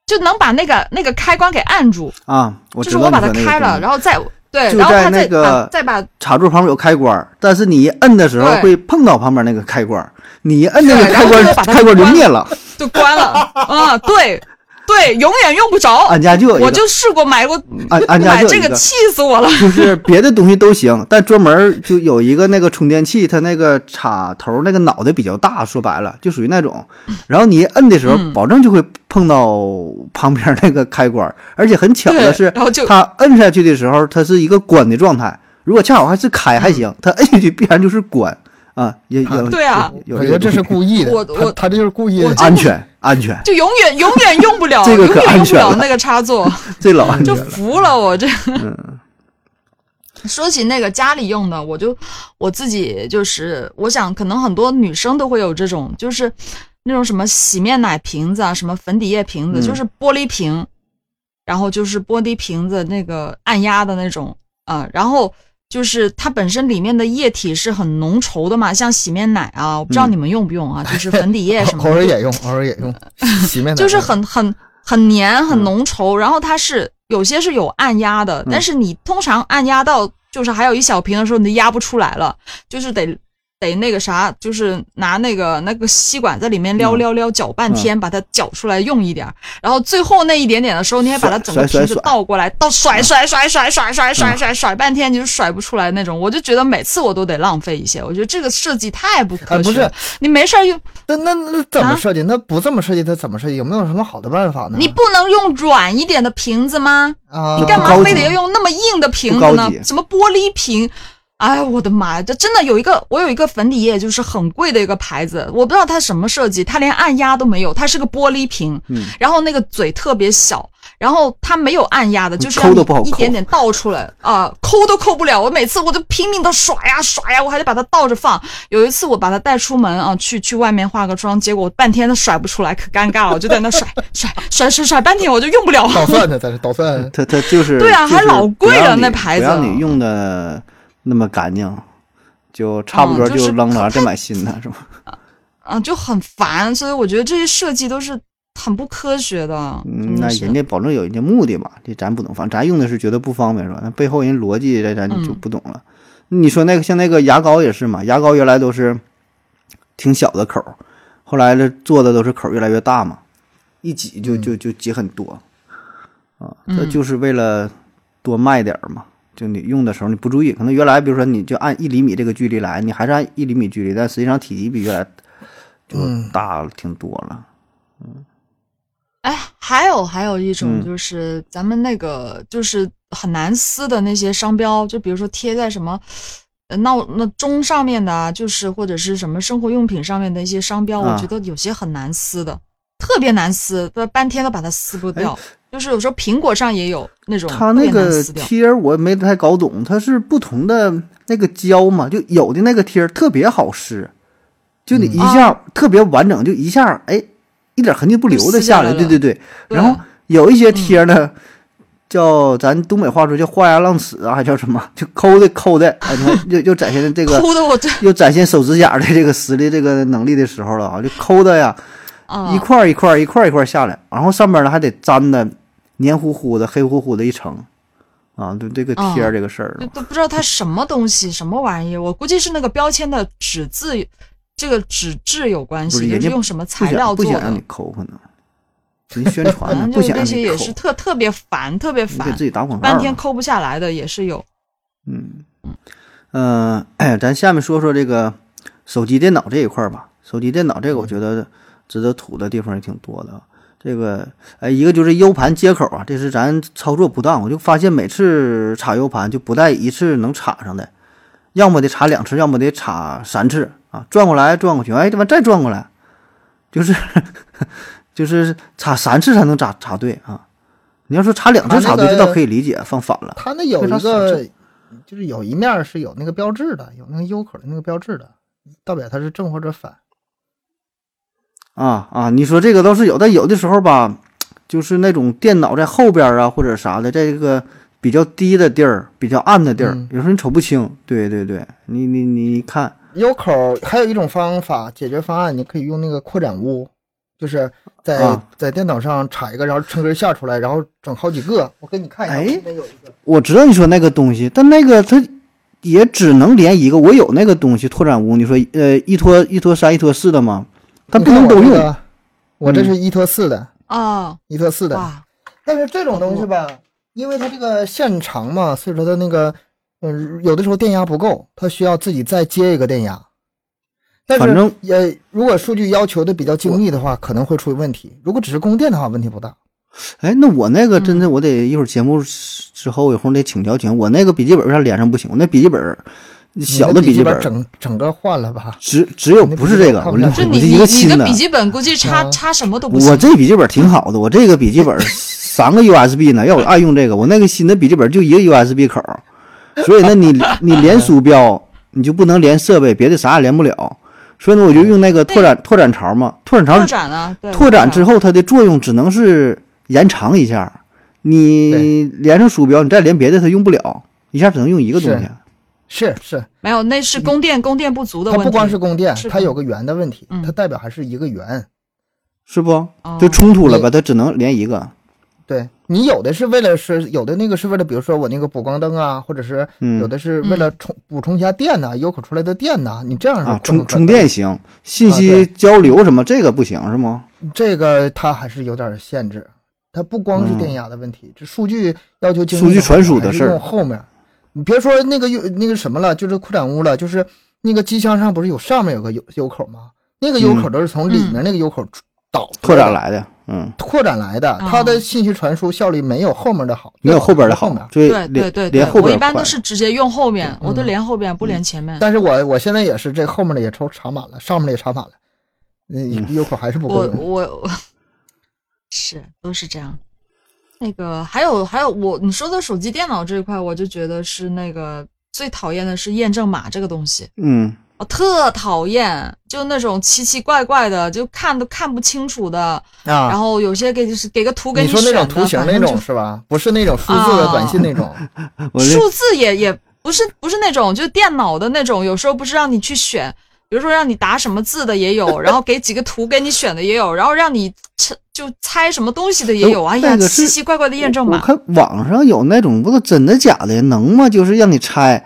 就能把那个那个开关给按住，啊，我就知是道我把它你说那个开东了，西然后再对，就然后在它那再把个再把插座旁边有开关儿，但是你一摁的时候对会碰到旁边那个开关儿，你一摁那个对然开后关就儿，把它开关儿就关灭了，就关了 啊，对对，永远用不着。俺家啊就有一哦我个，就试过买过，俺俺家 买就有这一个气死我了。就是别的东西都行，但专门儿就有一个那个充电器，它那个插头那个脑袋比较大，说白了就属于那种，然后你一摁的时候，嗯保证就会碰到旁边那个开关儿，而且很巧的是对，然后就它摁下去的时候，它是一个关的状态，如果恰好还是开还行，它摁下去必然就是关啊，也也对嗯啊有我觉得这是东西故意的，我他我他这就是故意的我。安全安全，就永远永远用不了，这个可永远安用不全了了那个插座，这老安全就了。服了我这。嗯说起那个家里用的，我就我自己就是，我想可能很多女生都会有这种，就是那种什么洗面奶瓶子啊，什么粉底液瓶子，嗯就是玻璃瓶，然后就是玻璃瓶子那个按压的那种啊、然后就是它本身里面的液体是很浓稠的嘛，像洗面奶啊，我不知道嗯你们用不用啊，就是粉底液 什么的偶尔也用，偶尔也用，洗面奶就是很很很黏、很嗯浓稠，然后它是有些是有按压的，但是你通常按压到就是还有一小瓶的时候，你就压不出来了，就是得得那个啥，就是拿那个那个吸管在里面撩嗯撩撩搅半天，把它搅出来用一点儿，然后最后那一点点的时候，你还把它甩整个甩瓶子甩嗯倒过来，倒甩甩甩甩甩甩甩甩甩半天，你就甩不出来那种。我就觉得每次我都得浪费一些，我觉得这个设计太不啊哎科不学是了。你没事儿嗯用，那那那怎啊么设计？那不这么设计，它怎么设计？有没有什么好的办法呢？你不能用软一点的瓶子吗？啊，你干不高级嘛非得要用那么硬的瓶子不呢高级？什么玻璃瓶？哎，我的妈呀！这真的有一个，我有一个粉底液，就是很贵的一个牌子，我不知道它什么设计，它连按压都没有，它是个玻璃瓶，嗯然后那个嘴特别小，然后它没有按压的，就是抠都不好让你一抠点点倒出来啊、抠都抠不了。我每次我就拼命的甩呀甩呀，我还得把它倒着放。有一次我把它带出门啊，去去外面化个妆，结果我半天都甩不出来，可尴尬了，我就在那甩甩甩甩甩半天，我就用不了。捣蒜呢，在这捣 蒜。它它就是对啊就是还老贵了不让你那牌子不让你用的那么干净，就差不多嗯就是扔了，然后再买新的，是吧？啊，就很烦，所以我觉得这些设计都是很不科学的。嗯真，的那是人家保证有人家目的嘛，这咱不能放，咱用的是觉得不方便是吧？那背后人逻辑这咱就嗯不懂了。你说那个像那个牙膏也是嘛，牙膏原来都是挺小的口儿，后来这做的都是口儿越来越大嘛，一挤就就就挤很多啊，这嗯就是为了多卖点儿嘛。就你用的时候你不注意，可能原来比如说你就按一厘米这个距离来，你还是按一厘米距离，但实际上体积比原来就嗯大了挺多了。哎，还有还有一种嗯就是咱们那个就是很难撕的那些商标，就比如说贴在什么呃闹那钟上面的啊，就是或者是什么生活用品上面的一些商标，啊我觉得有些很难撕的，特别难撕，不半天都把它撕不掉。就是有时候苹果上也有那种哎它特别那难个撕掉，贴儿我没太搞懂，它是不同的那个胶嘛？就有的那个贴儿特别好撕，就你一下、特别完整，就一下哎一点痕迹不留的下来。就对撕下来嗯对对。然后有一些贴儿呢，叫咱东北话说叫画牙浪齿啊，还叫什么？就抠的抠的，哎，你看又又展现了这个 抠的我这又展现手指甲的这个实力这个能力的时候了啊，就抠的呀。啊一块儿一块儿一块儿一块儿下来，然后上边儿呢还得粘的黏糊糊的、黑乎乎的一层，啊，就这个贴儿这个事儿就了。都不知道它什么东西，什么玩意儿。我估计是那个标签的纸质，这个纸质有关不是系，人就家是用什么不材料想不做想让你的。抠，可能人宣传 反呢正不就是想这让些也抠是，特特别烦，特别你给烦自，己打广告半天啊。抠不下来的也是有。嗯嗯，呃， 咱下面说说这个手机、电脑这一块儿吧。手机、电脑这个，我觉得值得吐的地方也挺多的啊。这个，哎，一个就是 U 盘接口啊，这是咱操作不当。我就发现每次插 U 盘就不带一次能插上的，要么得插两次，要么得插三次啊，转过来转过去，哎，他妈再转过来，就是 就是插三次才能插插对啊。你要说插两次啊它那插对，个这倒可以理解，放反了。它那有非一常少个见，就是有一面是有那个标志的，有那个 U 口的那个标志的，代表它是正或者反。啊啊，你说这个倒是有，但有的时候吧，就是那种电脑在后边啊或者啥的，在这个比较低的地儿、比较暗的地儿，嗯有时候你瞅不清。对对对，你你你看， U 口还有一种方法解决方案，你可以用那个扩展坞，就是在、啊在电脑上插一个，然后抻根下出来，然后整好几个。我给你看一下，哎我这边有一个。我知道你说那个东西，但那个它也只能连一个。我有那个东西拓展坞，你说呃一拖一拖三、一拖四的嘛，它你不看能都我这用。嗯个，我这是一拖四的，啊，一拖四的。哇，但是这种东西吧，因为它这个线长嘛，所以说它那个，嗯，有的时候电压不够，它需要自己再接一个电压。但反正是也，如果数据要求的比较精密的话，可能会出问题。如果只是供电的话，问题不大。哎，那我那个嗯真的，我得一会儿节目之后有空得请教请教。我那个笔记本为啥连上不行？我那笔记本小的的笔记记本本整整个换了吧？只只有你那不笔是记这本个，我看不这了就我你这一你个你新的笔记本估计插啊插什么都不行我。这笔记本挺好的，我这个笔记本三个 USB 呢，要我爱用这个，我那个新的笔记本就一个 USB 口，所以呢， 你你连鼠标你就不能连设备，别的啥也连不了，所以呢，我就用那个拓展拓展槽嘛，拓展拓槽展啊，对，拓展之后后它的作用只能是延长一下，你连上鼠标，你再连别的它用不了，一下只能用一个东西是。是是，没有，那是供电供电不足的它问题。不光是供电，是它有个圆的问题嗯，它代表还是一个圆。是不哦？就冲突了吧？你它只能连一个。对你有的是为了是有的那个是为了，比如说我那个补光灯啊，或者是嗯有的是为了充补充一下电呐、有口出来的电呐、你嗯这样是啊，困充难充的电行，信啊息对交流什么这个不行是吗？这个它还是有点限制，它不光是电压的问题，这数据要求精密嗯数据传输的还是事儿用后面，你别说那个用那个什么了，就是扩展坞了，就是那个机箱上不是有上面有个 U U 口吗？那个 U 口都是从里面那个 U 口出导嗯拓展来的，嗯，扩展来哦的，它的信息传输效率没有后面的好，没有后边的最好是后面，所以对对连对对连后我边一般快都是直接用后面，我都嗯连后边不连前面。但是我我现在也是这后面的也抽插满了，上面的也插满了，嗯，优口还是不够我用。我我是都是这样。那个还有还有我你说的手机电脑这一块，我就觉得是那个最讨厌的是验证码这个东西，嗯，我特讨厌，就那种奇奇怪怪的，就看都看不清楚的，啊，然后有些给就是给个图给你说选那的，种图形反那正就种是吧？不是那种数字的啊短信那种，我这数字也也不是不是那种，就是电脑的那种，有时候不是让你去选，比如说让你打什么字的 也有，然后给几个图给你选的也有，然后让你猜就猜什么东西的也有。那哎呀，那个是奇奇怪怪的验证我我码，看网上有那种不都真的假的，能吗？就是让你猜，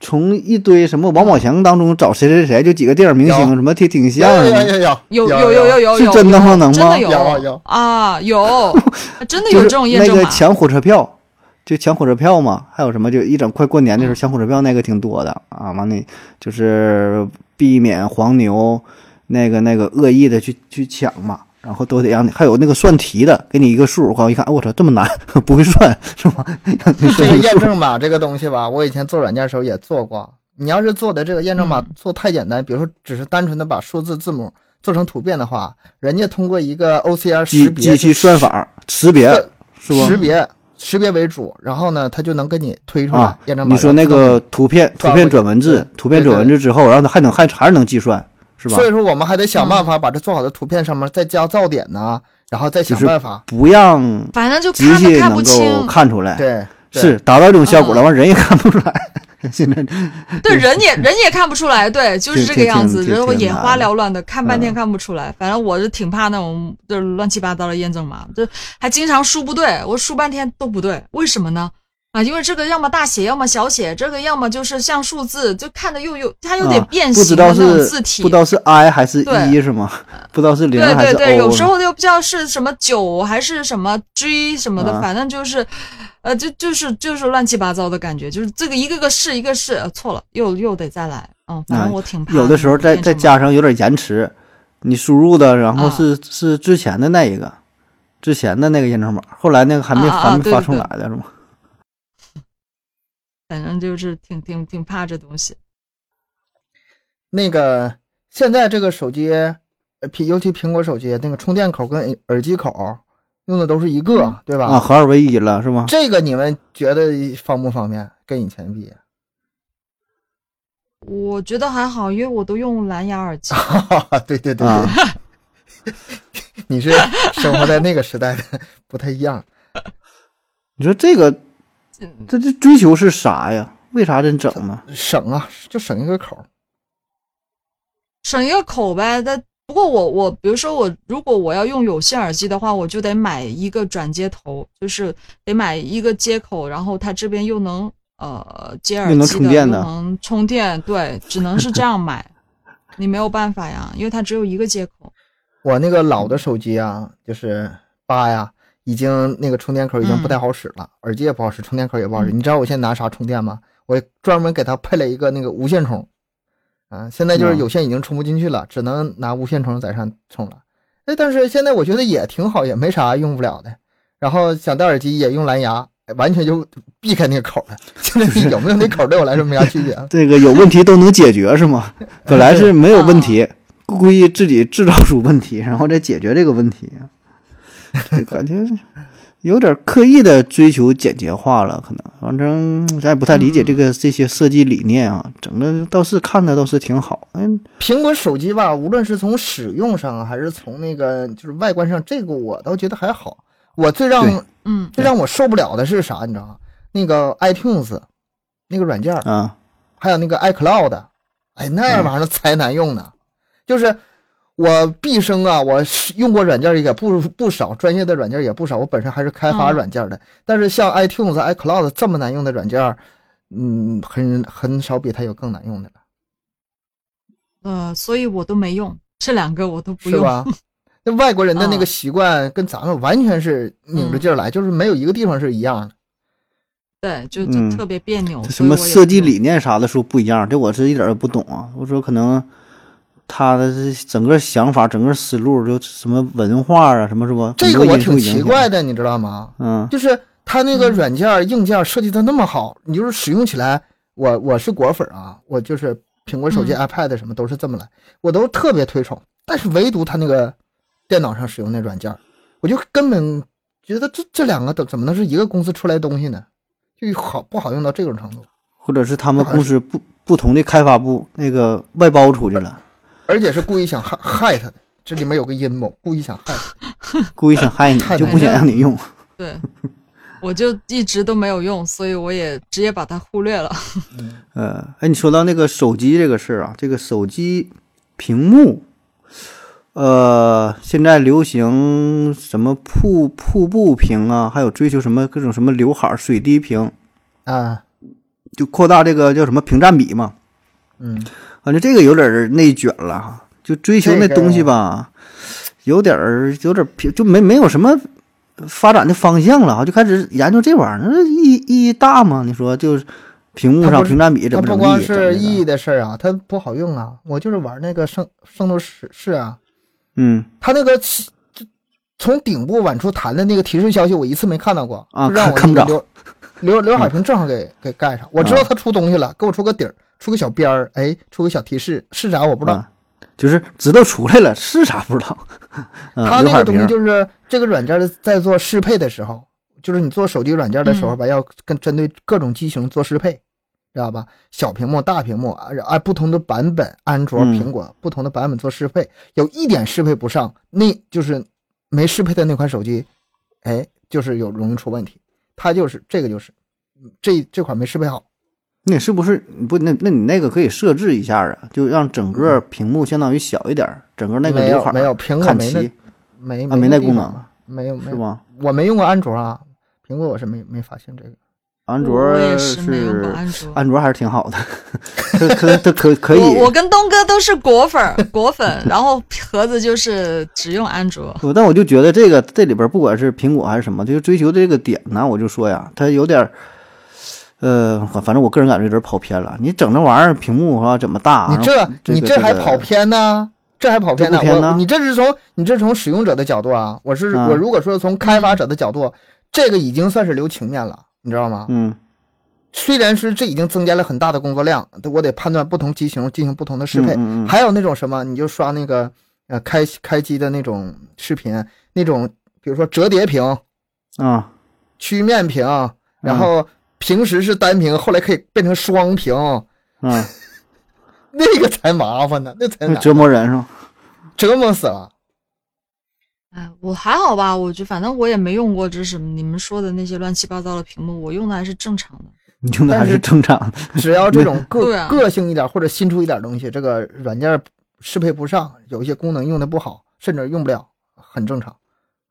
从一堆什么王宝强当中找谁谁谁，就几个电影明星有什么挺挺像有有的，有有有有有 有有是有，真的吗能真吗的有啊有 啊，有真的就有是这种验那证个码。抢火车票。就抢火车票嘛，还有什么？就一整快过年的时候，抢火车票那个挺多的啊。完了，就是避免黄牛那个那个恶意的去去抢嘛，然后都得让你，还有那个算题的，给你一个数，我一看，哎我操，这么难， 不会算是吧？让你这算个一个验数证码这个东西吧，我以前做软件的时候也做过，你要是做的这个验 证码嗯做太简单，比如说只是单纯的把数字字母做成图片的话，人家通过一个 OCR 机识别机器算法识别对是不？识别识别为主，然后呢，它就能给你推出来啊验证，码。你说那个图片转图过去片转文字，图片转文字之后，然后它还能还还是能计算，是吧所？以说我们还得想办法把这做好的图片上面再加噪点呐、然后再想办法。不让反正就机看器都看不能够清，看出来，对，对是达到一种效嗯果了，完人也看不出来。 现在 对人也人也看不出来，对，就挺是这个样子，挺挺人会挺眼难花的缭乱的，看半天嗯看不出来。反正我是挺怕那种就是乱七八糟的验证码，就还经常输不对，我输半天都不对，为什么呢？啊，因为这个要么大写，要么小写，这个要么就是像数字，就看着又有它有点啊变不形知的道那种是字体，不知道是 i 还是对 e 是吗？不知道是零对还对是哦对，有 o 时吗？候又不知道是什么九还是什么 G 什么的，啊反正就是，呃，就就是就是乱七八糟的感觉，就是这个一个个试一个试，呃，错了又又得再来，嗯，反正我挺怕哎有的时候再那种再加上有点延迟，你输入的然后啊是是之前的那一个，之前的那个验证码，后来那个还没啊啊啊还没对发对出对来的是吗？反正就是挺挺挺怕这东西。那个现在这个手机，呃，苹尤其苹果手机那个充电口跟耳机口用的都是一个，嗯对吧？啊，合二为一了是吗？这个你们觉得方不方便？跟以前比， 我觉得还好，因为我都用蓝牙耳机。对对对对，啊， 你是生活在那个时代的，不太一样。你说这个嗯这这追求是啥呀？为啥这整呢？省啊，就省一个口儿。省一个口呗。但不过我我比如说我如果我要用有线耳机的话，我就得买一个转接头，就是得买一个接口，然后它这边又能呃接耳机的，又能充电的又能充电，对，只能是这 样买，你没有办法呀，因为它只有一个接口。我那个老的手机啊，就是八呀，已经那个充电口已经不太好使了，耳机也不好使，充电口也不好使。嗯你知道我现在拿啥充电吗？我专门给它配了一个那个无线充，啊，现在就是嗯有线已经充不进去了，只能拿无线充在上充了。哎，但是现在我觉得也挺好，也没啥用不了的。然后想戴耳机也用蓝牙，完全就避开那个口了。现在有没有那口对我来说没啥区别啊。这个有问题都能解决是 吗？本来是没有问啊题，故意自己制造出问题，然后再解决这个问题，这感觉有点刻意的追求简洁化了，可能反正咱也不太理解这个这些设计理念啊。整的倒是看着倒是挺好，嗯，苹果手机吧，无论是从使用上啊还是从那个就是外观上，这个我倒觉得还好。我最让对嗯，最让我受不了的是啥？你知道吗？那个 iTunes 那个软件儿，啊，还有那个 iCloud，哎，那嗯玩意儿才难用呢。就是我毕生啊，我是用过软件也不不少，专业的软件也不少。我本身还是开发嗯软件的，但是像 iTunes、iCloud 这么难用的软件儿，嗯，很很少比它有更难用的了。呃，所以我都没用这两个，我都不是 用。吧？那外国人的啊那个嗯习惯跟咱们完全是拧嗯着劲儿来，就是没有一个地方是一样的。对，就嗯就特别别哦扭。这什所以么我也设计不用理念啥的说不一样，这我是一点儿也不懂啊。我说可能他的这整个想法、整个思路，就什么文化啊，什么什么，这个我很多挺因素影奇响怪，的，你知道吗？嗯。就是它那个软件儿硬件儿设计的那么好，你就是使用起来，我我是果粉啊，我就是苹果手机、iPad 嗯什么都是这么来，我都特别推崇。但是唯独它那个电脑上使用那软件儿，我就根本觉得这这两个怎怎么能是一个公司出来的东西呢？就好不好用到这种程度，或者是他们公司不不同的开发部那个外包出去了，而且是故意想害害它的，这里面有个阴谋，故意想害它。故意想害你，就不想让你用。对，我就一直都没有用，所以我也直接把它忽略了。呃，哎，你说到那个手机这个事儿啊，这个手机屏幕，呃，现在流行什么瀑瀑布屏啊，还有追求什么各种什么刘海儿、水滴屏，啊，就扩大这个叫什么屏占比嘛。嗯，反正这个有点儿内卷了哈，就追求那东西吧，有点儿有点儿偏就没没有什么发展的方向了哈，就开始研究这玩意儿，那意意义大吗？你说就是屏幕它上不是屏占比怎它么不怎光么地？整是这个意义的事儿啊，它不好用啊。我就是玩那个圣圣斗士是啊，嗯它那个起就从顶部往出弹的那个提示消息，我一次没看到过，啊就让我看看不着嗯刘刘刘海屏正好给、给盖上。我知道他出东西了，给我出个底儿，出个小边儿，哎，出个小提示，是啥我不知道。啊，就是知道出来了是啥不知道。 嗯、他刘那海个东屏西就是这个软件儿在做适配的时候，就是你做手机软件的时候嗯吧，要跟针对各种机型做适配，知道吧？小屏幕、大屏幕，啊按不同的版本，安卓、嗯苹果不同的版本做适配，有一点适配不上，那就是没适配的那款手机，哎，就是有容易出问题。它就是这个就是，嗯这这款没适配好，那是不是不？那那你那个可以设置一下啊，就让整个屏幕相当于小一点儿，整个那个没刘有海没有苹果看没那齐没啊，没那地功方能吧，没有没是有，吗？我没用过安卓啊，苹果我是没没发现这个。安卓我也是没用过安卓。安卓还是挺好的，它可它可可以我我跟东哥都是果粉儿， 果粉，然后盒子就是只用安卓。我但我就觉得这个这里边不管是苹果还是什么，就是追求这个点呢，我就说呀，它有点儿，呃，反反正我个人感觉有点跑偏了。你整那玩意儿屏幕啊，怎么大？你然这后你这这个还跑？偏呢？这还跑偏呢？这不偏呢我你这是从你这是从使用者的角度啊，我是、嗯我如果说从开发者的角度，这个已经算是留情面了，你知道吗？嗯虽然是这已经增加了很大的工作量，我得判断不同机型进行不同的适配，嗯嗯嗯还有那种什么，你就刷那个呃开开机的那种视频，那种比如说折叠屏、啊，曲面屏，嗯然后平时是单屏，后来可以变成双屏，嗯，那个才麻烦呢，那才那难折磨人是吧？折磨死了。哎，我还好吧，我就反正我也没用过，就是你们说的那些乱七八糟的屏幕，我用的还是正常的。你用的还但是是正常的， 只要这种对个啊个性一点或者新出一点东西，这个软件适配不上，有一些功能用的不好，甚至用不了，很正常，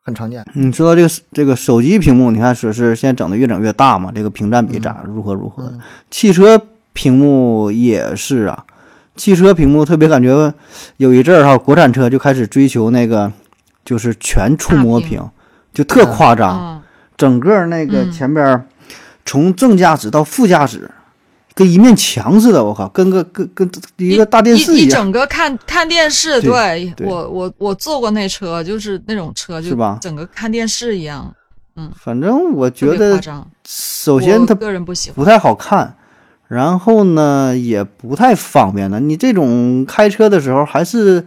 很常见。你说到这个这个手机屏幕，你看是是现在整的越整越大嘛，这个屏占比咋如何如何的？嗯汽车屏幕也是啊，汽车屏幕特别感觉有一阵儿哈，国产车就开始追求那个就是全触摸大屏屏，就特夸张，嗯，整个那个嗯前边儿从正驾驶到副驾驶。跟一面墙似的，我靠，跟个跟跟一个大电视一一样，整个看看电视，对对对我我我坐过那车，就是那种车，就是吧整个看电视一样，反正我特觉别夸得，张。首先它我个人不喜欢。不太好看，然后呢也不太方便呢。你这种开车的时候还是。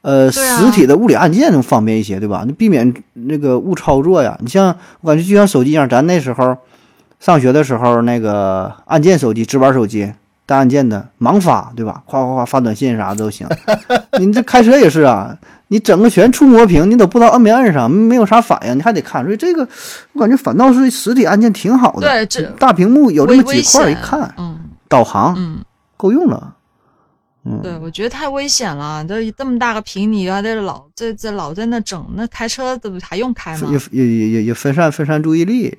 呃，对啊实体的物理按键能方便一些，对吧？你避免那个误操作呀。你像我感觉就像手机一样，咱那时候上学的时候，那个按键手机、直板手机带按键的，盲发，对吧？夸夸夸发短信啥的都 行。你这开车也是啊，你整个全触摸屏，你都不知道摁没摁上，没有啥反应，你还得看。所以这个我感觉反倒是实体按键挺好的。对这大屏幕有这危么危几块儿，一险，看嗯导航嗯，够用了。嗯对，我觉得太危险了。这这么大个屏，你还得老这这老在那整，那开车怎么还用开吗也？也也也也分散分散注意力，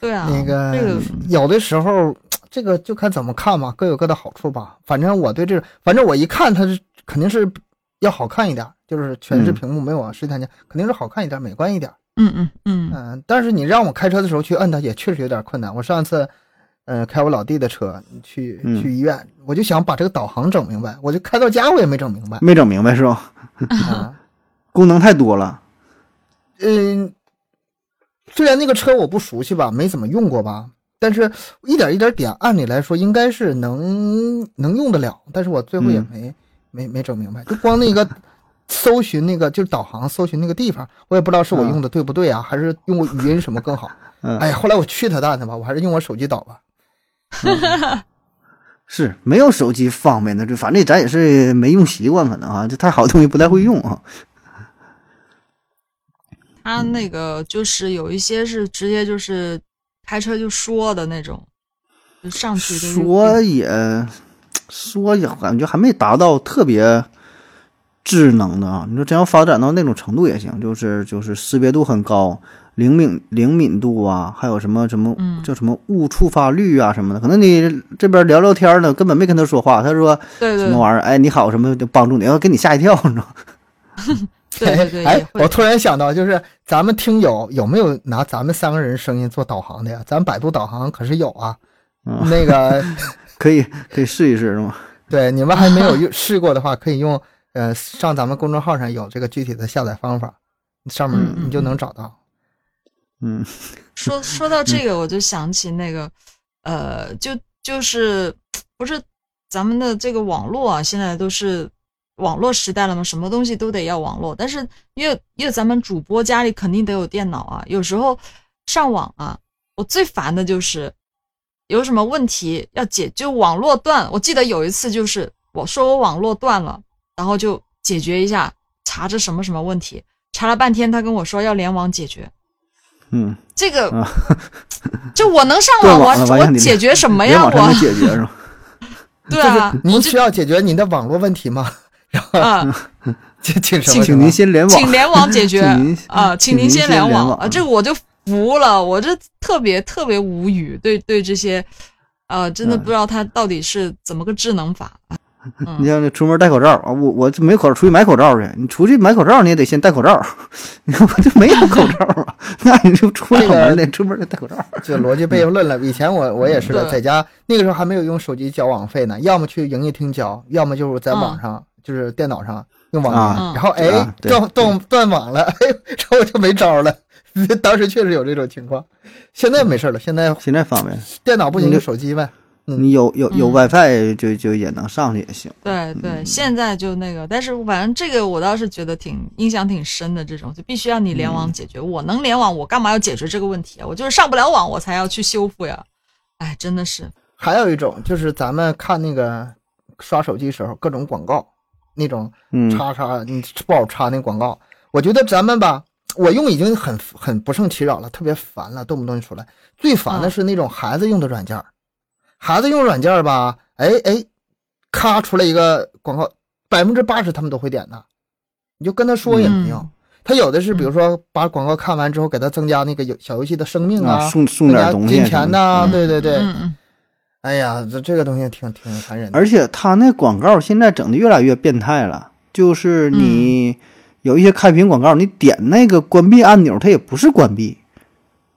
对啊，那个、嗯这个有的时候，这个就看怎么看吧，各有各的好处吧。反正我对这，反正我一看它是肯定是要好看一点，就是全是嗯屏幕，没有啊，实体按键，肯定是好看一点，美观一点。嗯嗯嗯，嗯，但是你让我开车的时候去摁它，也确实有点困难。我上次，呃，开我老弟的车去嗯去医院，我就想把这个导航整明白，我就开到家我也没整明 白没整明白是吧？啊。功能太多了，嗯，虽然那个车我不熟悉吧，没怎么用过吧，但是一点一点点，按理来说应该是能能用得了，但是我最后也嗯没、没没整明白，就光那个搜寻那个就是导航搜寻那个地方，我也不知道是嗯我用的对不对啊，还是用过语音什么更 好。嗯哎呀，后来我去他蛋的吧，我还是用我手机导吧。是没有手机方便的，就反正咱也是没用习惯，可能啊，这太好的东西不太会用啊。他那个就是有一些是直接就是开车就说的那种，就上去就说也说也感觉还没达到特别智能的啊。你说真要发展到那种程度也行，就是就是识别度很高，灵敏灵敏度啊，还有什么什么嗯叫什么误触发率啊什么的，可能你这边聊聊天呢，根本没跟他说话，他说对什对么玩意儿，哎你好什么就帮助你，要给你吓一跳，你知道吗？对对对，也哎，会我突然想到，就是咱们听友有没有拿咱们三个人声音做导航的呀？咱百度导航可是有啊。嗯那个，可以可以试一试是吗？ 对你们还没有用试过的话，可以用呃上咱们公众号上有这个具体的下载方法，上面嗯你就能找到。嗯说说到这个，我就想起那个，呃，就就是不是咱们的这个网络啊，现在都是网络时代了嘛，什么东西都得要网络。但是因为因为咱们主播家里肯定得有电脑啊，有时候上网啊，我最烦的就是有什么问题要解，就网络断。我记得有一次就是我说我网络断了，然后就解决一下，查这什么什么问题，查了半天，他跟我说要联网解决。嗯，这个啊， 就我能上断网，网了我完我全得解决什么联呀？网上能我解决是吧？对啊您需要解决您的网络问题吗？啊，请请什么？请您先联网， 请联网解决请您啊，请请您您先先联网网啊，这个我就服了，我这特别特别无语，对对这些，啊，真的嗯不知道他到底是怎么个智能法。你像这出门戴口罩啊，我我这没口罩，出去买口罩去。你出去买口罩，你也得先戴口罩。 我这没有口罩啊， 那你就出不了门得出门得戴口罩。就逻 辑悖论了。以前我我也是嗯的，对在家那个时候还没有用手机交网费呢，要么去营业厅交，要么就是在网上，就是电脑上用网嗯啊银。然后哎啊，对断断断网了， 哎，然后我就没招了。 当时确实有这种情况，现在没事了，现在现在方便，电脑不行你就就手机呗。你有有有 WiFi 就就也能上去也行。对嗯对，现在就那个，但是反正这个我倒是觉得挺印象挺深的，这种就必须要你联嗯网解决。我能联网，我干嘛要解决这个问题啊？我就是上不了网，我才要去修复呀。哎，真的是，还有一种就是咱们看那个刷手机时候各种广告，那种嗯叉叉，你不好插那广告。我觉得咱们吧，我用已经很很不胜其扰了，特别烦了，动不动就出来。最烦的嗯是那种孩子用的软件儿，孩子用软件儿吧，哎哎，咔出来一个广告，百分之八十他们都会点的，你就跟他说也没用。嗯他有的是，比如说把广告看完之后，给他增加那个游小游戏的生命啊，送送增加点东西金什么钱的。呐、嗯对对对，嗯嗯，哎呀，这这个东西挺挺残忍的。而且他那广告现在整的越来越变态了，就是你有一些开屏广告，你点那个关闭按钮，它也不是关闭，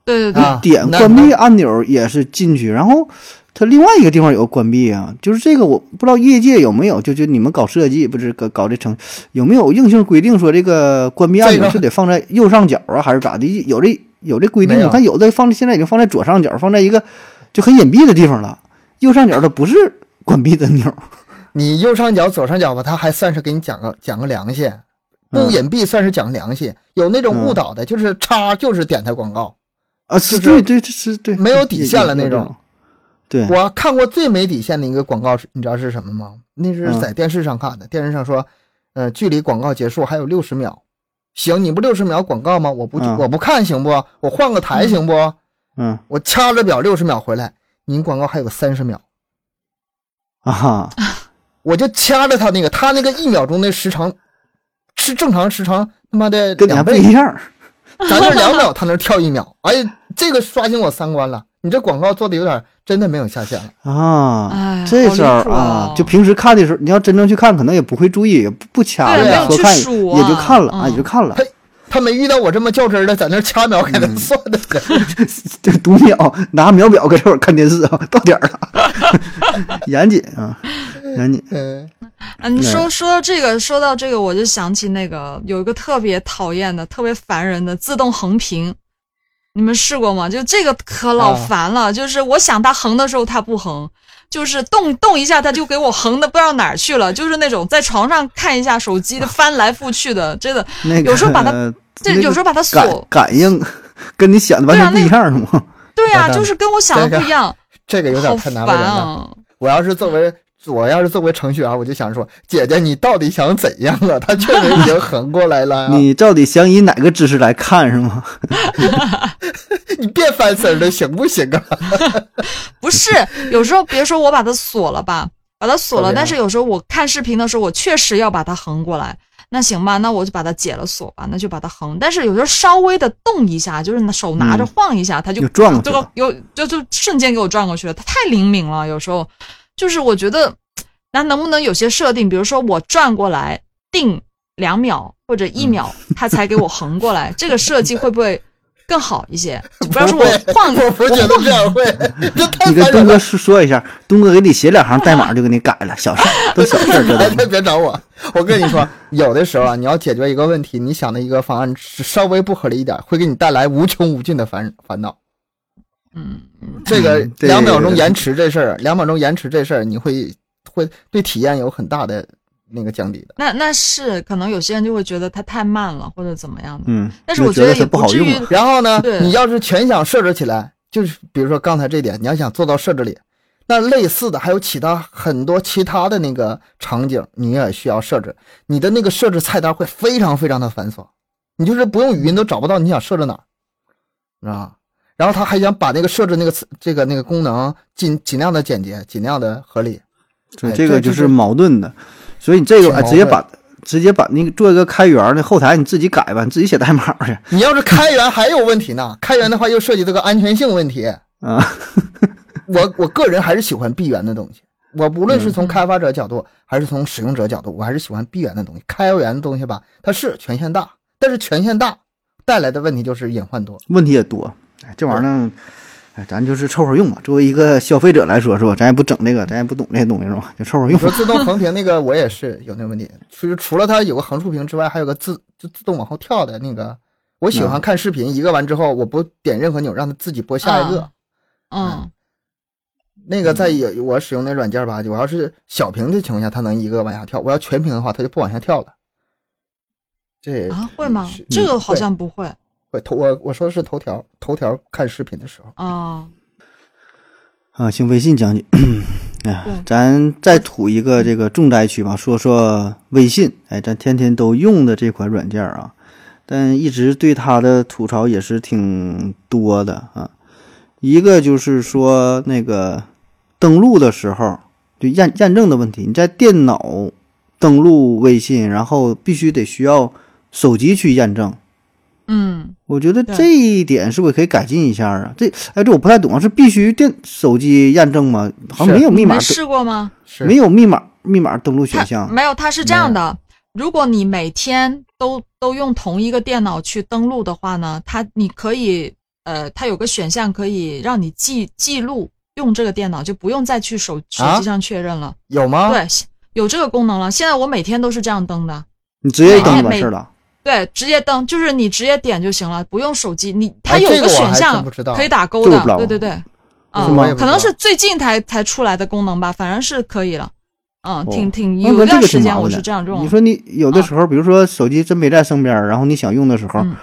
对对对，啊，点那关闭按钮也是进去，然后它另外一个地方有个关闭啊，就是这个我不知道业界有没有，就就你们搞设计不是搞搞这程有没有硬性规定说这个关闭按这钮个是得放在右上角啊，还是咋的？有这有这规定没有吗？它有的放现在已经放在左上角，放在一个就很隐蔽的地方了，右上角它不是关闭的钮。你右上角、左上角吧，他还算是给你讲个讲个良心，不嗯隐蔽算是讲良心。有那种嗯误导的，就是叉就是点他广告。啊，是就是对对这是对，没有底线了那种种。对，我看过最没底线的一个广告是，你知道是什么吗？那是嗯在电视上看的，电视上说，呃，距离广告结束还有六十秒。行，你不六十秒广告吗？我不、嗯我不看行不？我换个台嗯行不？嗯我掐着表六十秒回来，您广告还有三十秒。啊哈，我就掐着他那个，他那个一秒钟的时长是正常时长他妈的跟你还两不倍一，样儿。咱这两秒，他那跳一秒，哎呀，这个刷新我三观了。你这广告做的有点真的没有下限了。啊哎，这好招儿离谱啊哦，就平时看的时候，你要真正去看，可能也不会注意，也不不掐对了，没有说去看也数也就啊看了啊，嗯也就看了，他没遇到我这么较真儿的，在那掐秒给他嗯算的， 嗯 这读秒，拿秒表搁这会儿看电视啊，到点儿了， 严谨啊，严谨，嗯，啊，你对说说到这个，说到这个，我就想起那个有一个特别讨厌的、特别烦人的自动横屏，你们试过吗？就这个可老啊烦了，就是我想它横的时候它不横，就是动动一下它就给我横的不知道哪儿去了，就是那种在床上看一下手机啊的翻来覆去的，真的那个有时候 把它这那有个时候把它感锁，感应跟你想的完对啊全不一那样是吗？对 呀、那就是跟我想的不一样，这个有点好太烦难为人了。啊！我要是作为我要是作为程序员、我就想说，姐姐你到底想怎样啊？他确实已经横过来了、你你到底想以哪个姿势来看是吗？你别翻身了，行不行啊？不是， 有时候别说我把它锁了吧，把它锁了，对啊但是有时候我看视频的时候，我确实要把它横过来。那行吧，那我就把它解了锁吧，那就把它横。但是有时候稍微的动一下，就是手拿着嗯晃一下，它就就转过去这了个。有就就瞬间给我转过去了，它太灵敏了。有时候就是我觉得，那能不能有些设定，比如说我转过来定两秒或者一秒，它才给我横过来，这个设计会不会更好一些。就不要说我换个，我不是觉得这 样会，这太哎你跟烦东人哥了。说说一下，东哥给你写两行代码就给你改了，小事儿都小事儿，知道 哎， 吗？别找我！我跟你说，有的时候啊，你要解决一个问题，你想的一个方案是稍微不合理一点，会给你带来无穷无尽的烦烦恼。嗯，这个嗯对两秒钟延迟这事儿，啊两秒钟延迟这事儿，你会会对体验有很大的那个降低的。那那是可能有些人就会觉得它太慢了或者怎么样的，嗯，但是就我觉得也它不不好至用于 了。然后呢对，你要是全想设置起来，就是比如说刚才这点，你要想做到设置里，那类似的还有其他很多其他的那个场景，你也需要设置。你的那个设置菜单会非常非常的繁琐，你就是不用语音都找不到你想设置哪儿啊。然后他还想把那个设置那个词这个那个功能尽尽量的简洁，尽量的合理。对，哎这个这就就是矛盾的，所以你这个挺哎矛直接盾把直接把那个做一个开源儿的后台，你自己改吧，你自己写代码去你要是开源还有问题呢，开源的话又涉及这个安全性问题。啊。我我个人还是喜欢闭源的东西。我无论是从开发者角度，还是从使用者角度，我还是喜欢闭源的东西。开源的东西吧，它是权限大，但是权限大带来的问题就是隐患多。问题也多。哎，这玩意儿呢，哎，咱就是凑合用吧。作为一个消费者来说，是吧？咱也不整这个，咱也不懂这些东西，是吧？就凑合你用说。自动横屏那个，我也是有那个问题。除除了它有个横竖屏之外，还有个自就自动往后跳的那个。我喜欢看视频，一个完之后，我不点任何钮，让它自己播下一个。啊嗯，那个在有我使用那软件吧，我要是小屏的情况下，它能一个往下跳；我要全屏的话，它就不往下跳了。这啊，会吗嗯是？嗯这个好像不会会头我我说的是头条，头条看视频的时候，啊。啊，行，微信讲解。哎呀对，咱再吐一个这个重灾区吧，说说微信。哎，咱天天都用的这款软件儿啊，但一直对它的吐槽也是挺多的啊。一个就是说那个登录的时候就验验证的问题，你在电脑登录微信，然后必须得需要手机去验证。嗯，我觉得对这一点是不是可以改进一下啊？这哎，这我不太懂啊，是必须电手机验证吗？好像是没有密你码们登，试过吗？是没有密码密码登录它选项。没有，它是这样嗯的：如果你每天都都用同一个电脑去登录的话呢，它你可以呃，它有个选项可以让你记记录用这个电脑，就不用再去手手啊机上确认了。有吗？，对，有这个功能了。现在我每天都是这样登的。你直接一登就每完每事儿了。对，直接登就是你直接点就行了，不用手机。你它哎有这个个我选还项真不知道可以打勾这个的不知道，对对对，啊是吗，可能是最近才才出来的功能吧，反正是可以了。嗯，挺挺哦那有一这段个时挺麻间烦我的。是这样用你的。说你有的时候，比如说手机真没在身边儿，然后你想用的时候，嗯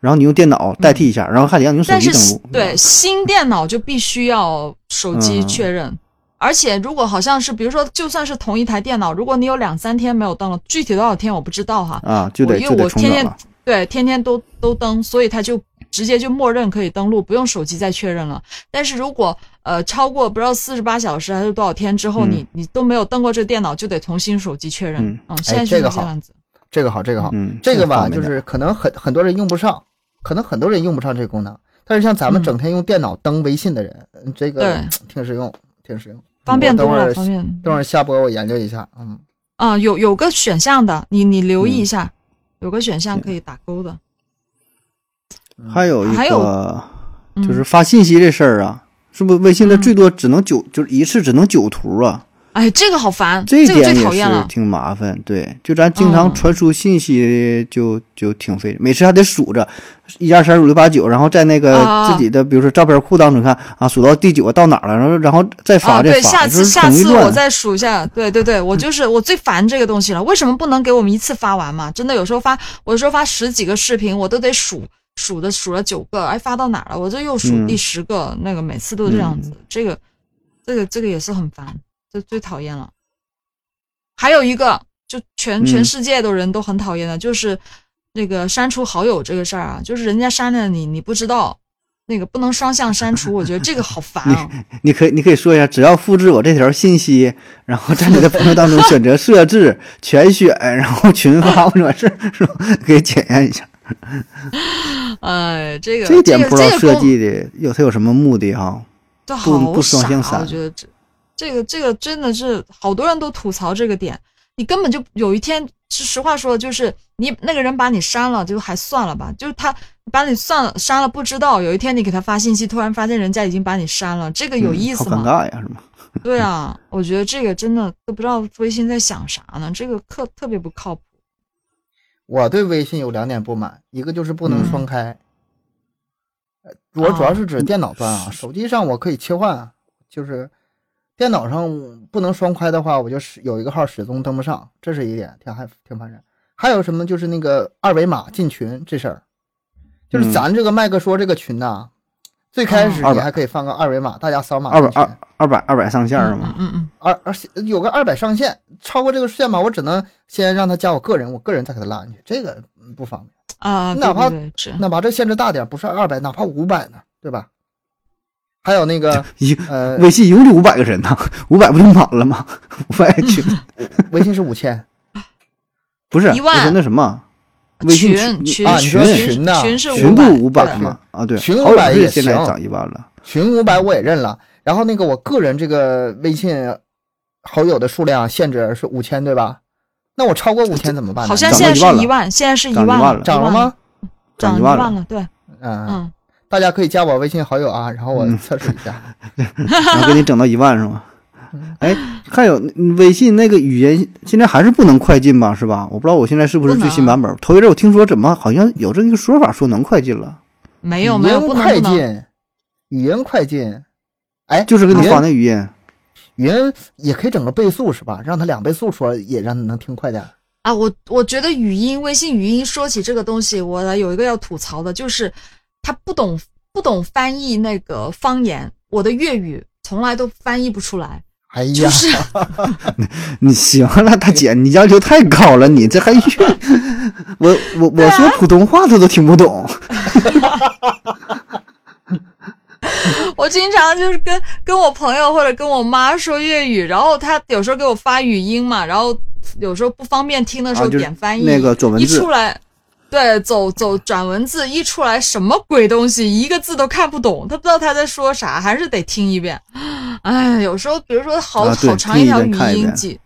然后你用电脑代替一下，然后还得让你用手但机是登录。对新电脑就必须要手机嗯确认，而且如果好像是比如说就算是同一台电脑，如果你有两三天没有登了，具体多少天我不知道哈。啊，就我得因就为得我重天整天了。对天天都都登，所以它就直接就默认可以登录，不用手机再确认了。但是如果呃超过不知道四十八小时还是多少天之后，嗯你你都没有登过这电脑，就得重新手机确认。嗯嗯，现在哎就这是个这好样子。这个好，这个好，嗯，这个吧，方便就点是可能很很多人用不上，可能很多人用不上这个功能，但是像咱们嗯整天用电脑登微信的人，嗯这个对挺实用，挺实用。方便多我等会了，儿方便。等会儿下播我研究一下，嗯，啊、有有个选项的，你你留意一下，有个选项可以打勾的。还有一还有个嗯、就是发信息这事儿啊，是不是微信它最多只能九，就是一次只能九图啊？哎，这个好烦，这个点最也讨厌是了。挺麻烦。对，就咱经常嗯传输信息就、就挺费，每次还得数着一二三四五六八九，然后在那个啊自己的、比如说照片库当中看啊，数到第九到哪儿了，然后然后再发、啊，再对，发，下就次是下容易次我乱。再数一下。对对对，我嗯就是我最烦这个东西了。为什么不能给我们一次发完嘛？真的有时候发，我有时候发十几个视频，我都得数数的数了九个，哎，发到哪儿了？我就又数嗯第十个，那个每次都这样子。这个这个这个也是很烦，这最讨厌了。还有一个，就全嗯全世界的人都很讨厌的，就是那个删除好友这个事儿啊，就是人家删了你，你不知道。那个不能双向删除，我觉得这个好烦啊！你可以你可以说一下，只要复制我这条信息，然后在你的朋友 当中选择设置全选，然后群发或者是是吧？可以检验一下。哎，这个这点不知道这个设功计的有它有什么目的哈、对，不好不双傻向啊！闪我觉得这这个这个真的是好多人都吐槽这个点，你根本就有一天，是实话说，就是你那个人把你删了，就还算了吧，就是他把你算了删了不知道，有一天你给他发信息，突然发现人家已经把你删了，这个有意思嗯好尴吗？尬嗯呀，是吗？对啊，我觉得这个真的都不知道微信在想啥呢，这个特特别不靠谱。我对微信有两点不满，一个就是不能嗯双开，呃我哦主要是指电脑端啊，手机上我可以切换，啊就是电脑上不能双开的话，我就是有一个号始终登不上，这是一点挺还挺烦人。还有什么就是那个二维码进群这事儿，就是嗯咱这个麦克说这个群呐、最开始哦你还可以放个二维码，大家扫码二进百群。二二百二百上线儿嗯吗？嗯嗯，二二有个二百上限，超过这个限码，我只能先让他加我个人，我个人再给他拉进去，这个嗯不方便。啊，哪怕对对对是那把这限制大点儿，不是二百，哪怕五百呢，对吧？还有那个嗯 一 呃，微信一共就五百个人呢， 五百不就满了吗？ 五百群微信是五千 不是嗯一万我说那什么，微信群群啊你群说群群呐群是群500不五百对吗？啊，对，群好500像是也现在行涨一万了。群五百我也认了。然后那个我个人这个微信好友的数量限制是五千，对吧？那我超过五千怎么办呢？好像涨现在到是一万了万，现在是一涨一万了了，涨了吗？？涨涨一一万万了了，对，嗯，嗯，大家可以加我微信好友啊，然后嗯我测试一 下。然后给你整到一万是吗？哎，还有嗯微信那个语音现在还是不能快进吧？是吧？我不知道我现在是不是不最能新版本。头一阵我听说怎么好像有这么一个说法，说能快进了，没语有没有，音不能快不能，进，语音快进，哎，就是给你语音发那语音。语音也可以整个倍速是吧？让他两倍速说，也让他能听快点儿。啊，我我觉得语音、微信语音，说起这个东西，我来有一个要吐槽的，就是他不懂不懂翻译那个方言，我的粤语从来都翻译不出来，哎呀，就是你行了，大姐，你要求太高了，你这还 我我我说普通话他都听不懂。我经常就是跟跟我朋友或者跟我妈说粤语，然后她有时候给我发语音嘛，然后有时候不方便听的时啊候就是点翻译，那个转文一字出来，对，走走转文字一出来，什么鬼东西，一个字都看不懂，他不知道他在说啥，还是得听一遍。 哎，有时候比如说好、啊对好长一条听语一遍看一音遍几。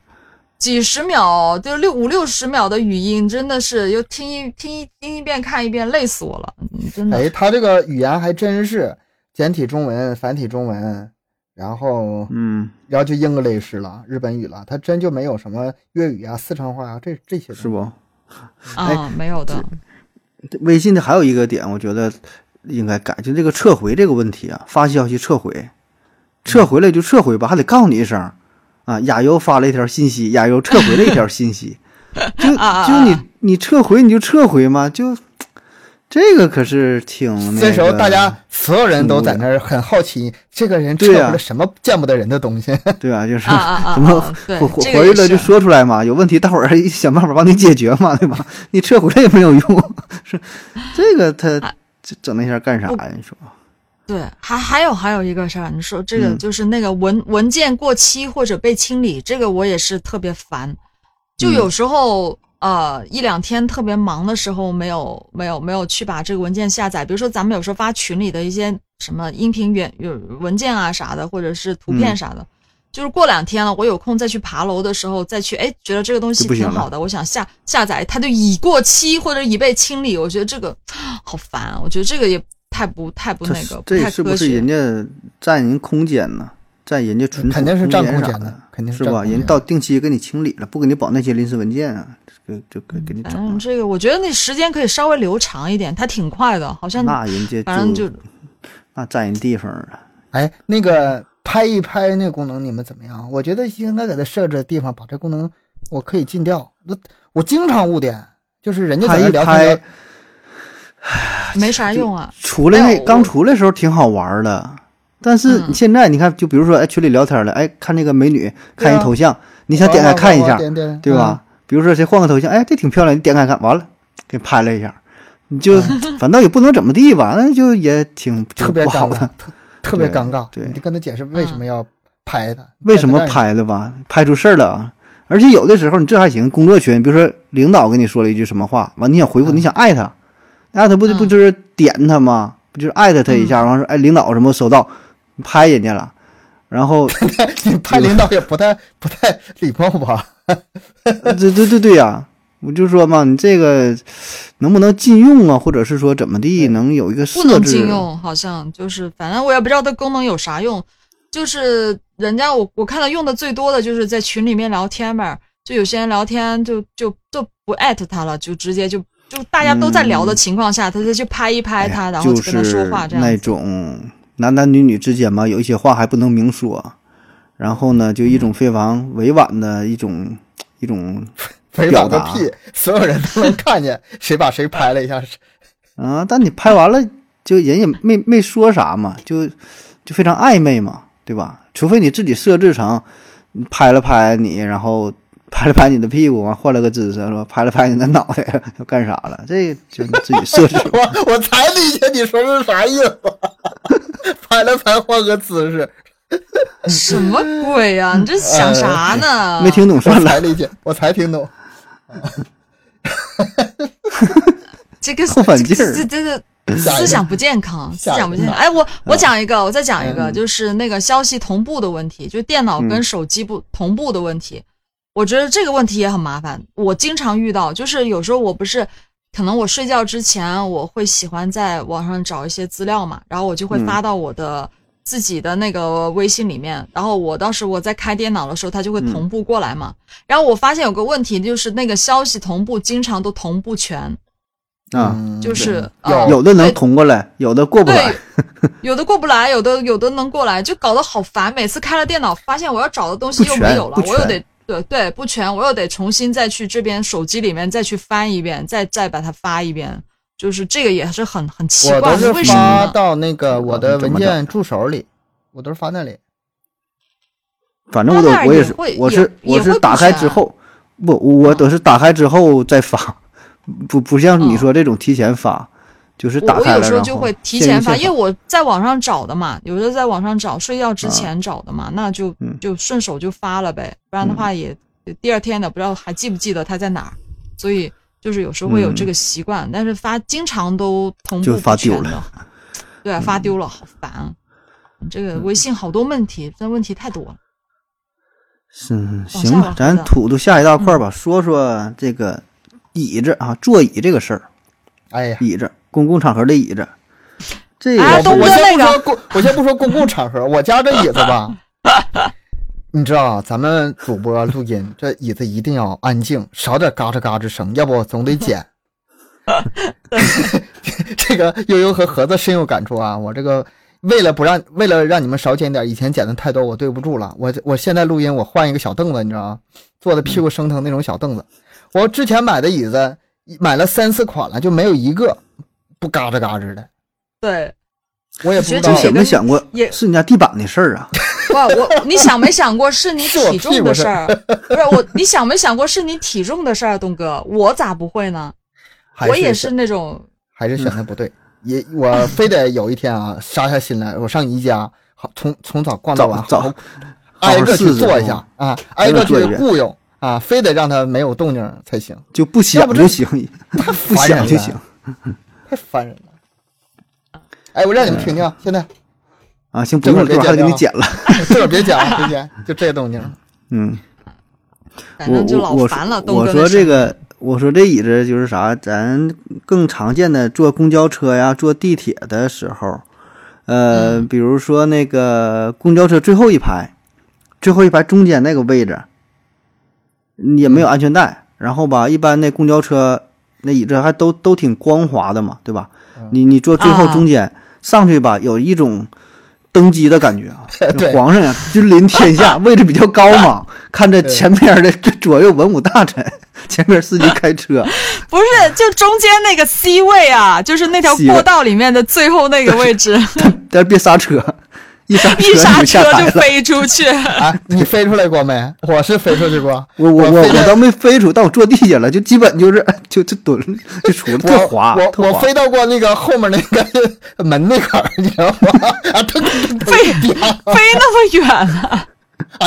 几十秒，就六五六十秒的语音，真的是又听一听一听一遍看一遍，累死我了，嗯真的。哎，他这个语言还真是简体中文、繁体中文，然后嗯，然后就 English 了，日本语了，他真就没有什么粤语啊、四川话啊这这些东西是不？哎啊，没有的，微信的还有一个点，我觉得应该改，就这个撤回这个问题啊，发消息撤回，撤回了就撤回吧，还得告诉你一声啊。亚优发了一条信息，亚优撤回了一条信 息，就啊啊就你你撤回你就撤回嘛，就这个可是挺那个。这时候大家所有人都在那儿很好奇，这个人撤对回呀了什么见不得人的东西？ 对啊，就是啊啊啊啊怎么啊对回回这个回也去了就是说出来嘛，有问题大伙儿想办法帮你解决嘛，对吧？你撤回来也没有用， 是这个啊他这整那下干啥呀？你说对，还还有还有一个事儿，你说这个嗯就是那个文、文件过期或者被清理，这个我也是特别烦。就嗯有时候、呃一两天特别忙的时候，没有没有没有去把这个文件下载，比如说咱们有时候发群里的一些什么音频原有文件啊啥的，或者是图片嗯啥的。就是过两天了，我有空再去爬楼的时候再去，哎，觉得这个东西就不行挺好的，我想下下载，它就已过期或者已被清理，我觉得这个 好烦啊，我觉得这个也太不太不他那个，呃不这太是科不是学人。家占人空间呢？占人家存储肯定是占空啥间的的，肯定嗯是占吧？空人间到定期给你清理了，不给你保那些临时文件啊，这个就给给你反整正了。嗯这个，我觉得那时间可以稍微留长一点，它挺快的，好像那人家反正就就那占人地方啊，哎，那个拍一拍那个功能你们怎么样？我觉得应该给它设置的地方，把这功能我可以禁掉。我我经常误点，就是人家在拍那一聊天拍聊，哎没啥用啊。出来哎那呦我刚出来的时候挺好玩的，但是嗯现在你看，就比如说哎群里聊天了，哎看这个美女，对啊看一头像，你想点开我看一我下，啊点点嗯对吧？？比如说谁换个头像，哎这挺漂亮，你点开看，完了给拍了一下，你就 反倒也不能怎么地吧，那就也挺嗯挺特别不好尴尬的。，特特别尴尬。对对你就跟他解释为什嗯么要拍他，为什么在那儿？拍了吧？拍出事儿了啊！而且有的时候你这还行，工作群，比如说领导跟你说了一句什么话，完你想回复，嗯你想艾特，艾特不就嗯不就是点他吗？不就是艾特他一下，嗯然后说哎领导什么收到，你拍人家了，然后 你拍领导也不太不太礼貌吧？对对对对呀、我就说嘛，你这个能不能禁用啊，或者是说怎么地，能有一个设不置？能禁用，好像就是，反正我也不知道它功能有啥用。就是人家我我看到用的最多的就是在群里面聊天嘛，就有些人聊天就就就不艾特他了，就直接就就大家都在聊的情况下，他就去拍一嗯哎拍呀他，然后就就跟他说话这是那样子。种男男女女之间吧，有一些话还不能明说，然后呢，就一嗯种非常委婉的一种一种肥表佬达个屁，所有人都能看见谁把谁拍了一下，啊、但你拍完了，就人也没没说啥嘛，就就非常暧昧嘛，对吧？除非你自己设置成你拍了拍你，然后拍了拍你的屁股，完换了个姿势，说拍了拍你的脑袋，要干啥了？这就你自己设 置吧。我我才理解你说是啥意思， 拍了拍换个姿势，什么鬼呀、你这想啥呢？呃没听懂算我了，才理解，我才听懂。这个扣反劲儿这这这这吓人思想不健康，思吓人想不健康。呐哎，我我讲一个，我再讲一个，嗯就是那个消息同步的问题，就电脑跟手机不同步的问题。我觉得这个问题也很麻烦，我经常遇到，就是有时候我不是。可能我睡觉之前，我会喜欢在网上找一些资料嘛，然后我就嗯会发到我的自己的那个微信里面，然后我当时我在开电脑的时候，它就嗯会同步过来嘛。然后我发现有个问题，就是那个消息同步经常都同步全，啊，嗯就是对呃有的能对捅过来，有的过不来对。，有的过不来，有的有的能过来，就搞得好烦。每次开了电脑，发现我要找的东西不又全没有了不，我又全得对对不全，我又得重新再去这边手机里面再去翻一遍，再再把它发一遍，就是这个也是很很奇我怪都的，为是什么发呢？到那个我的嗯怎文么着件助手里，我都是发那里。反正我都那那儿我也是会我也是我也会是不啊打开全之后，不我嗯都是打开之后再发，不不像你嗯说这种提前发，就是我打我开了有时候然就后会提现前一发，现因为我在网上找的嘛，有时候在网上找，睡觉之前找的嘛，那就啊嗯就顺手就发了呗，不然的话也第二天的不知道还记不记得它在哪儿，所以就是有时候会有这个习惯，但是发经常都同嗯步就发丢了嗯不全的，对啊，发丢了，好烦啊！这个微信好多问题，这问题太多了。嗯往行下嗯吧，吧咱孩子土都下一大块儿吧，说说这个椅子啊，座椅这个事儿，哎呀，椅子，公共场合的椅子，这哎个啊是东我哥先不那说公，我先不说公共场合，我家这椅子吧，你知道，啊咱们主播录音，这椅子一定要安静，少点嘎吱嘎吱声，要不我总得剪。 这个悠悠和盒子深有感触啊，我这个为了不让为了让你们少剪点，以前剪的太多，我对不住了。我我现在录音，我换一个小凳子，你知道吗？坐的屁股生疼那种小凳子。我之前买的椅子买了三四款了，就没有一个不嘎吱嘎吱的。对，我也不知我觉道得你这也想跟没想过也是你家地板的事 儿啊？哇，我你想没想过是 你是我体屁重股的事事儿？不是我，你想没想过是你体重的事儿，东哥？我咋不会呢？还我也是是那种还是选的不对，嗯也我非得有一天啊，杀下心来，我上宜家，好从从早逛到晚，早好好 早挨好好个去试试坐一是下吧啊，挨挨个个坐一去遍雇佣啊，非得让它没有动静才 行，就不要想不就这行，不烦人想就了行太烦人了。哎，我让你们听听，嗯现在啊！行，不这用会儿了，这别会儿还得剪给你掉剪了，自个儿别讲了，别讲，就这动静。！嗯。反我正就老我烦了。东我哥说那事儿这个，我说这椅子就是啥，咱更常见的坐公交车呀、坐地铁的时候，呃，嗯比如说那个公交车最后一排，最后一排中间那个位置，嗯也没有安全带。然后吧，一般那公交车那椅子还都都挺光滑的嘛，对吧？你你坐最后啊中间、上去吧，有一种登基的感觉 啊对皇上呀，君临天下，位置比较高嘛。看着前面的这左右文武大臣， 前面司机开车，不是就中间那个 C 位啊，就是那条 C 位过道里面的最后那个位置，但是别刹车，一刹车一刹你就下车台就了。飞出去。 哎，你飞出来过没？我是飞出去过，我我我飞我到倒没飞出，但我坐地下了，就基本就是 就就蹲就杵了，特滑，我特我我滑。飞到过那个后面那个 门那块儿，你知道吗？啊，腾腾腾飞飞那么远啊了、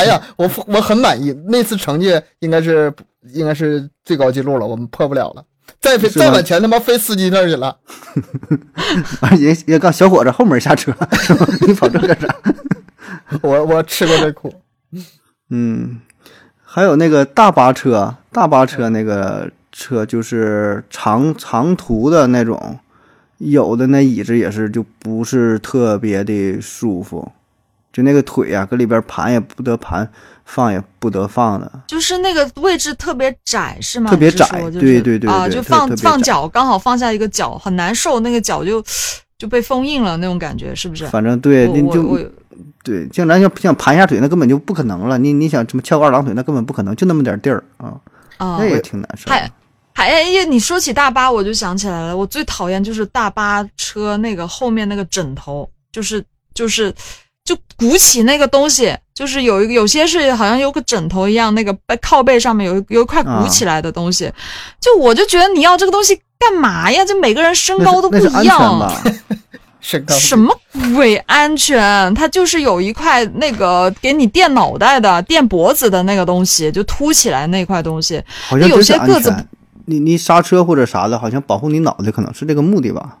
哎呀，我我很满意，那次成绩应该是应该是最高记录了，我们破不了了。再飞是吗再往前，他妈飞司机那儿去了。完人人告小伙子后门下车， 是吧你跑这干啥？ 我我吃过这 苦，嗯，还有那个大巴车，大巴车那个车就是长长途的那种，有的那椅子也是就不是特别的舒服，就那个腿啊呀、搁里边盘也不得盘，放也不得放的。就是那个位置特别窄，是吗？特别你是窄说就是对对对啊，对就特放特别放窄脚，刚好放下一个脚，很难受，那个脚就就被封印了，那种感觉是不是？反正对，我你我我就对，像咱要想盘一下腿，那根本就不可能了。你你想什么翘个二郎腿，那根本不可能，就那么点地儿啊，啊那，也挺难受的。还还哎呀，你说起大巴，我就想起来了，我最讨厌就是大巴车那个后面那个枕头，就是就是就鼓起那个东西，就是有一个有些是好像有个枕头一样，那个背靠背上面有一有一块鼓起啊来的东西，就我就觉得你要这个东西干嘛呀？这每个人身那高是都不那是安一全样。啊吧？身高什么鬼安全？它就是有一块那个给你垫脑袋的、垫脖子的那个东西，就凸起来那块东西。好像有真是些个安子全。你你刹车或者啥的，好像保护你脑袋，可能是这个目的吧？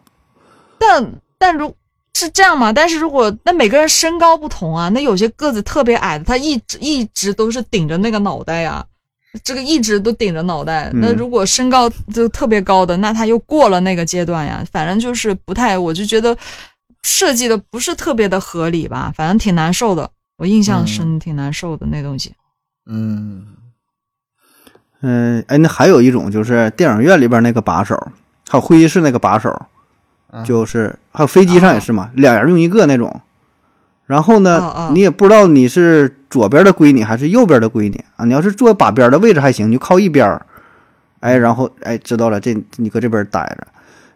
但但如是这样嘛？但是如果那每个人身高不同啊，那有些个子特别矮的，他一直一直都是顶着那个脑袋呀、啊这个一直都顶着脑袋。嗯那如果身高就特别高的，那他又过了那个阶段呀。反正就是不太，我就觉得设计的不是特别的合理吧，反正挺难受的。我印象深，挺难受的那东西。嗯，嗯，哎，那还有一种就是电影院里边那个把手，还有会议室那个把手，啊就是还有飞机上也是哦嘛，俩人用一个那种。然后呢，哦哦你也不知道你是左边的归你还是右边的归你啊。你要是坐把边的位置还行，你就靠一边儿，哎，然后哎知道了，这你搁这边待着。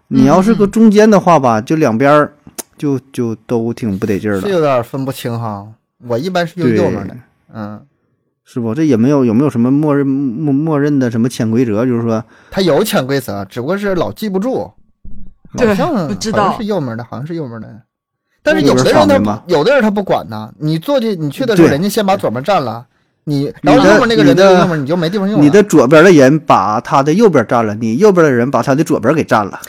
你要嗯是搁中间的话吧，就两边儿就就都挺不得劲儿是的，有点分不清哈。我一般是用对，右面的，嗯，是不？这也没有有没有什么默认默默认的什么潜规则，就是说它有潜规则，只不过是老记不住。对好像不知好像道是右门的，好像是右门的。但是右有门的方人他便吗不，有的人他不管呐。你坐进你去的时候，对人家先把左门占了，你然后你的右面那个人你的就右门，你就没地啊方用了。你的左边的人把他的右边占了，你右边的人把他的左边给占了，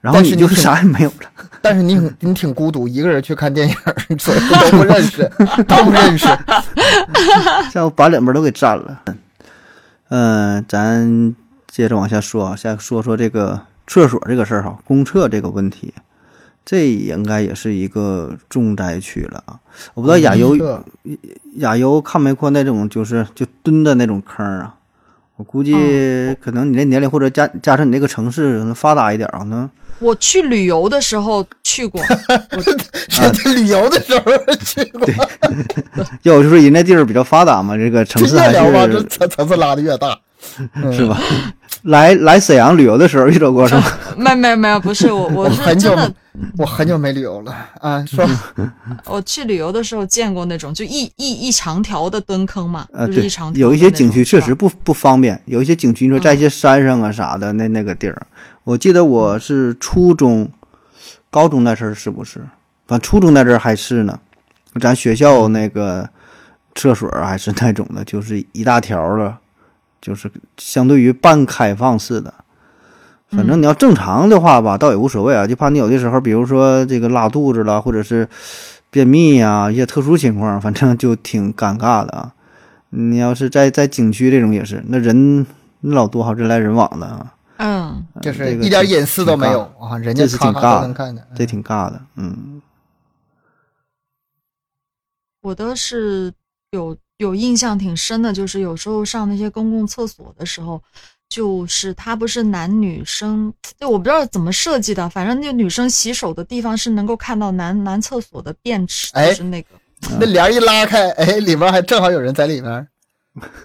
然后但是你你就挺啥也没有了。但是你嗯挺你挺孤独，一个人去看电影儿， 所以都不认识，都不认识。下午把两边都给占了。嗯、咱接着往下说啊，下说说这个厕所这个事儿哈，公厕这个问题，这应该也是一个重灾区了啊。我不知道嗯亚优这亚优看没过那种就是就蹲的那种坑儿啊。我估嗯计可能你这年龄或者加加上你这个城市可能发达一点儿啊，能我去旅游的时候去过， 这旅游的时候去过，要不就说人家地儿比较发达嘛，这个城这市越还聊吧，这是嗯嗯层层次拉的越大。是吧？来来沈阳旅游的时候遇到过是吧？没没没有，不是我，我我是很真久的，我很久没旅游了嗯啊，说我去旅游的时候见过那种就一一一长条的蹲坑嘛，呃，就是对一长，条有一的些那景种区是确吧嗯实不不方便，有一些景区你说在一些山上啊啥的，那那个地儿，我记得我是初中、高中那阵儿是不是？反正初中那阵儿还是呢，咱学校嗯那个厕所还是那种的，就是一大条儿的，就是相对于半开放式的。反嗯正你要正常的话吧，倒也无所谓啊，就怕你有的时候，比如说这个拉肚子啦，或者是便秘呀、一些特殊情况，反正就挺尴尬的啊。你要是在在景区这种也是，那人那老多，好人来人往的啊，嗯，呃就是这个一点挺隐私都没有啊，人家这是挺咔尬咔的都能看见。这挺尬的，嗯，我的是有有印象挺深的，就是有时候上那些公共厕所的时候，就是它不是男女生，就我不知道怎么设计的，反正那女生洗手的地方是能够看到男男厕所的便池，哎就是那个，那帘儿一拉开，哎，里面还正好有人在里面。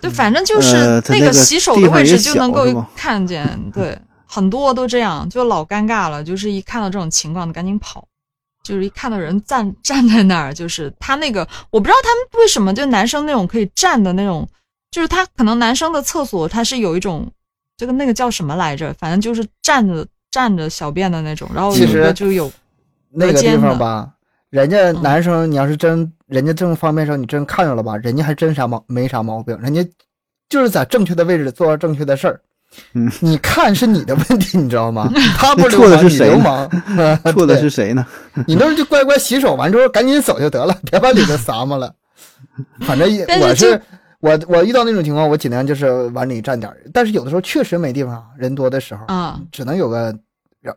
就反正就是呃它那那个个洗手的地方位置也就小能是够吧看见， 对，很多都这样，就老尴尬了，就是一看到这种情况，赶紧跑。就是一看到人站 站在那儿，就是他那个，我不知道他们为什么就男生那种可以站的那种，就是他可能男生的厕所他是有一种这个那个叫什么来着，反正就是站着站着小便的那种，然后其有实的就有那个地方隔间嗯吧，人家男生你要是真人家正方便的时候，你真看着了吧，人家还真啥毛没啥毛病，人家就是在正确的位置做正确的事儿。嗯，你看是你的问题，你知道吗？他不流错的氓，是你谁流呢氓。 错的啊对是谁呢？你那儿就乖乖洗手完之后赶紧走就得了，别往里头撒嘛了。反正也但是我就是我我遇到那种情况，我尽量就是往里站点儿，但是有的时候确实没地方，人多的时候，啊，只能有个让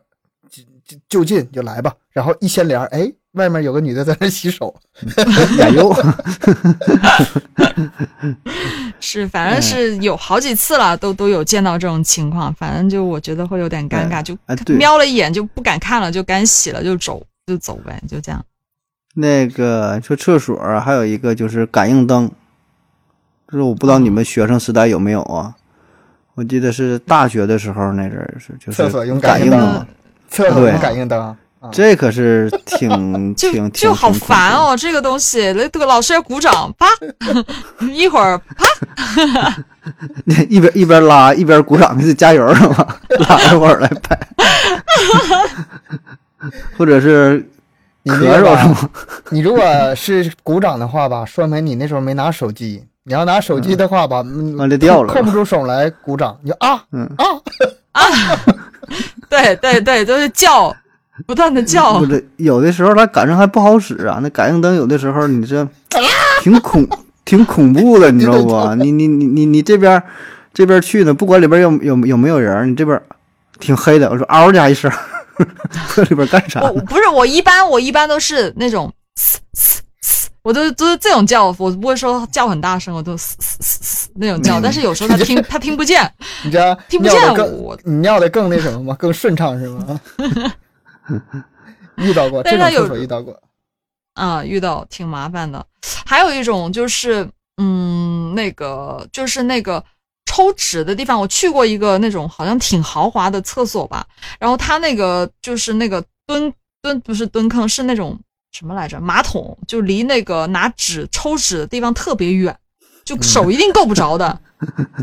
就就就近就来吧，然后一掀帘儿，哎，外面有个女的在那儿 洗手，亚优，是，反哎正是有好几次了，都都有见到这种情况。反正就我觉得会有点尴尬，就哎对瞄了一眼就不敢看了，就干洗了，就走就走呗，就这样。 那个说厕所儿还有一个就是感应灯，这是我不知道你们学生时代有没有啊？我记得是大学的时候那阵儿是就是 厕所用感感应应灯啊嘛，厕所对有感应灯，这可是挺 就挺就挺好挺恐烦怖哦，这个东西，那这个老师要鼓掌，啪， 一会儿啪， 一边一边拉一边鼓掌，就是加油是吧？拉一会儿来拍， 或者是你咳那嗽个是吧吗？ 你如果是鼓掌的话吧，说明你那时候没拿手机。你要拿手机的话吧，嗯完了掉了控不住手来鼓掌，你就啊嗯啊，对对对，就是叫，不断的叫或，者有的时候它赶上还不好使啊，那感应灯有的时候你这挺恐挺恐怖的，你知道不？你你你你你这边这边去呢，不管里边有有有没有人，你这边挺黑的，我说嗷加一声， 这里边干啥我呢？不是我一般我一般都是那种嘶嘶嘶，我都都是这种叫，我不会说叫很大声，我都嘶嘶嘶嘶那种叫，但是有时候他听 他听不见，你这听不尿见的更我你尿的更那什么吗？更顺畅 是吗？遇到过但这种是他有厕所遇到过， 啊，遇到挺麻烦的。还有一种就是，嗯，那个就是那个抽纸的地方，我去过一个那种好像挺豪华的厕所吧，然后它那个就是那个蹲蹲不是蹲坑，是那种什么来着？马桶就离那个拿纸抽纸的地方特别远，就嗯手一定够不着的，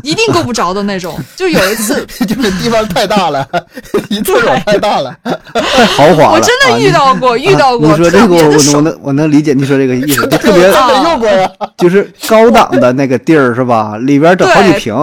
一定够不着的那种。就有 一次，就是地方太大 了，一厕所太大了，太豪华了！我真啊的遇到过，遇到过，你说这特个别我我的能我手能我能理解你说这个意 思，就特这别个哦真的用过呀。就是高档的那个地儿是吧？里边整好几对平，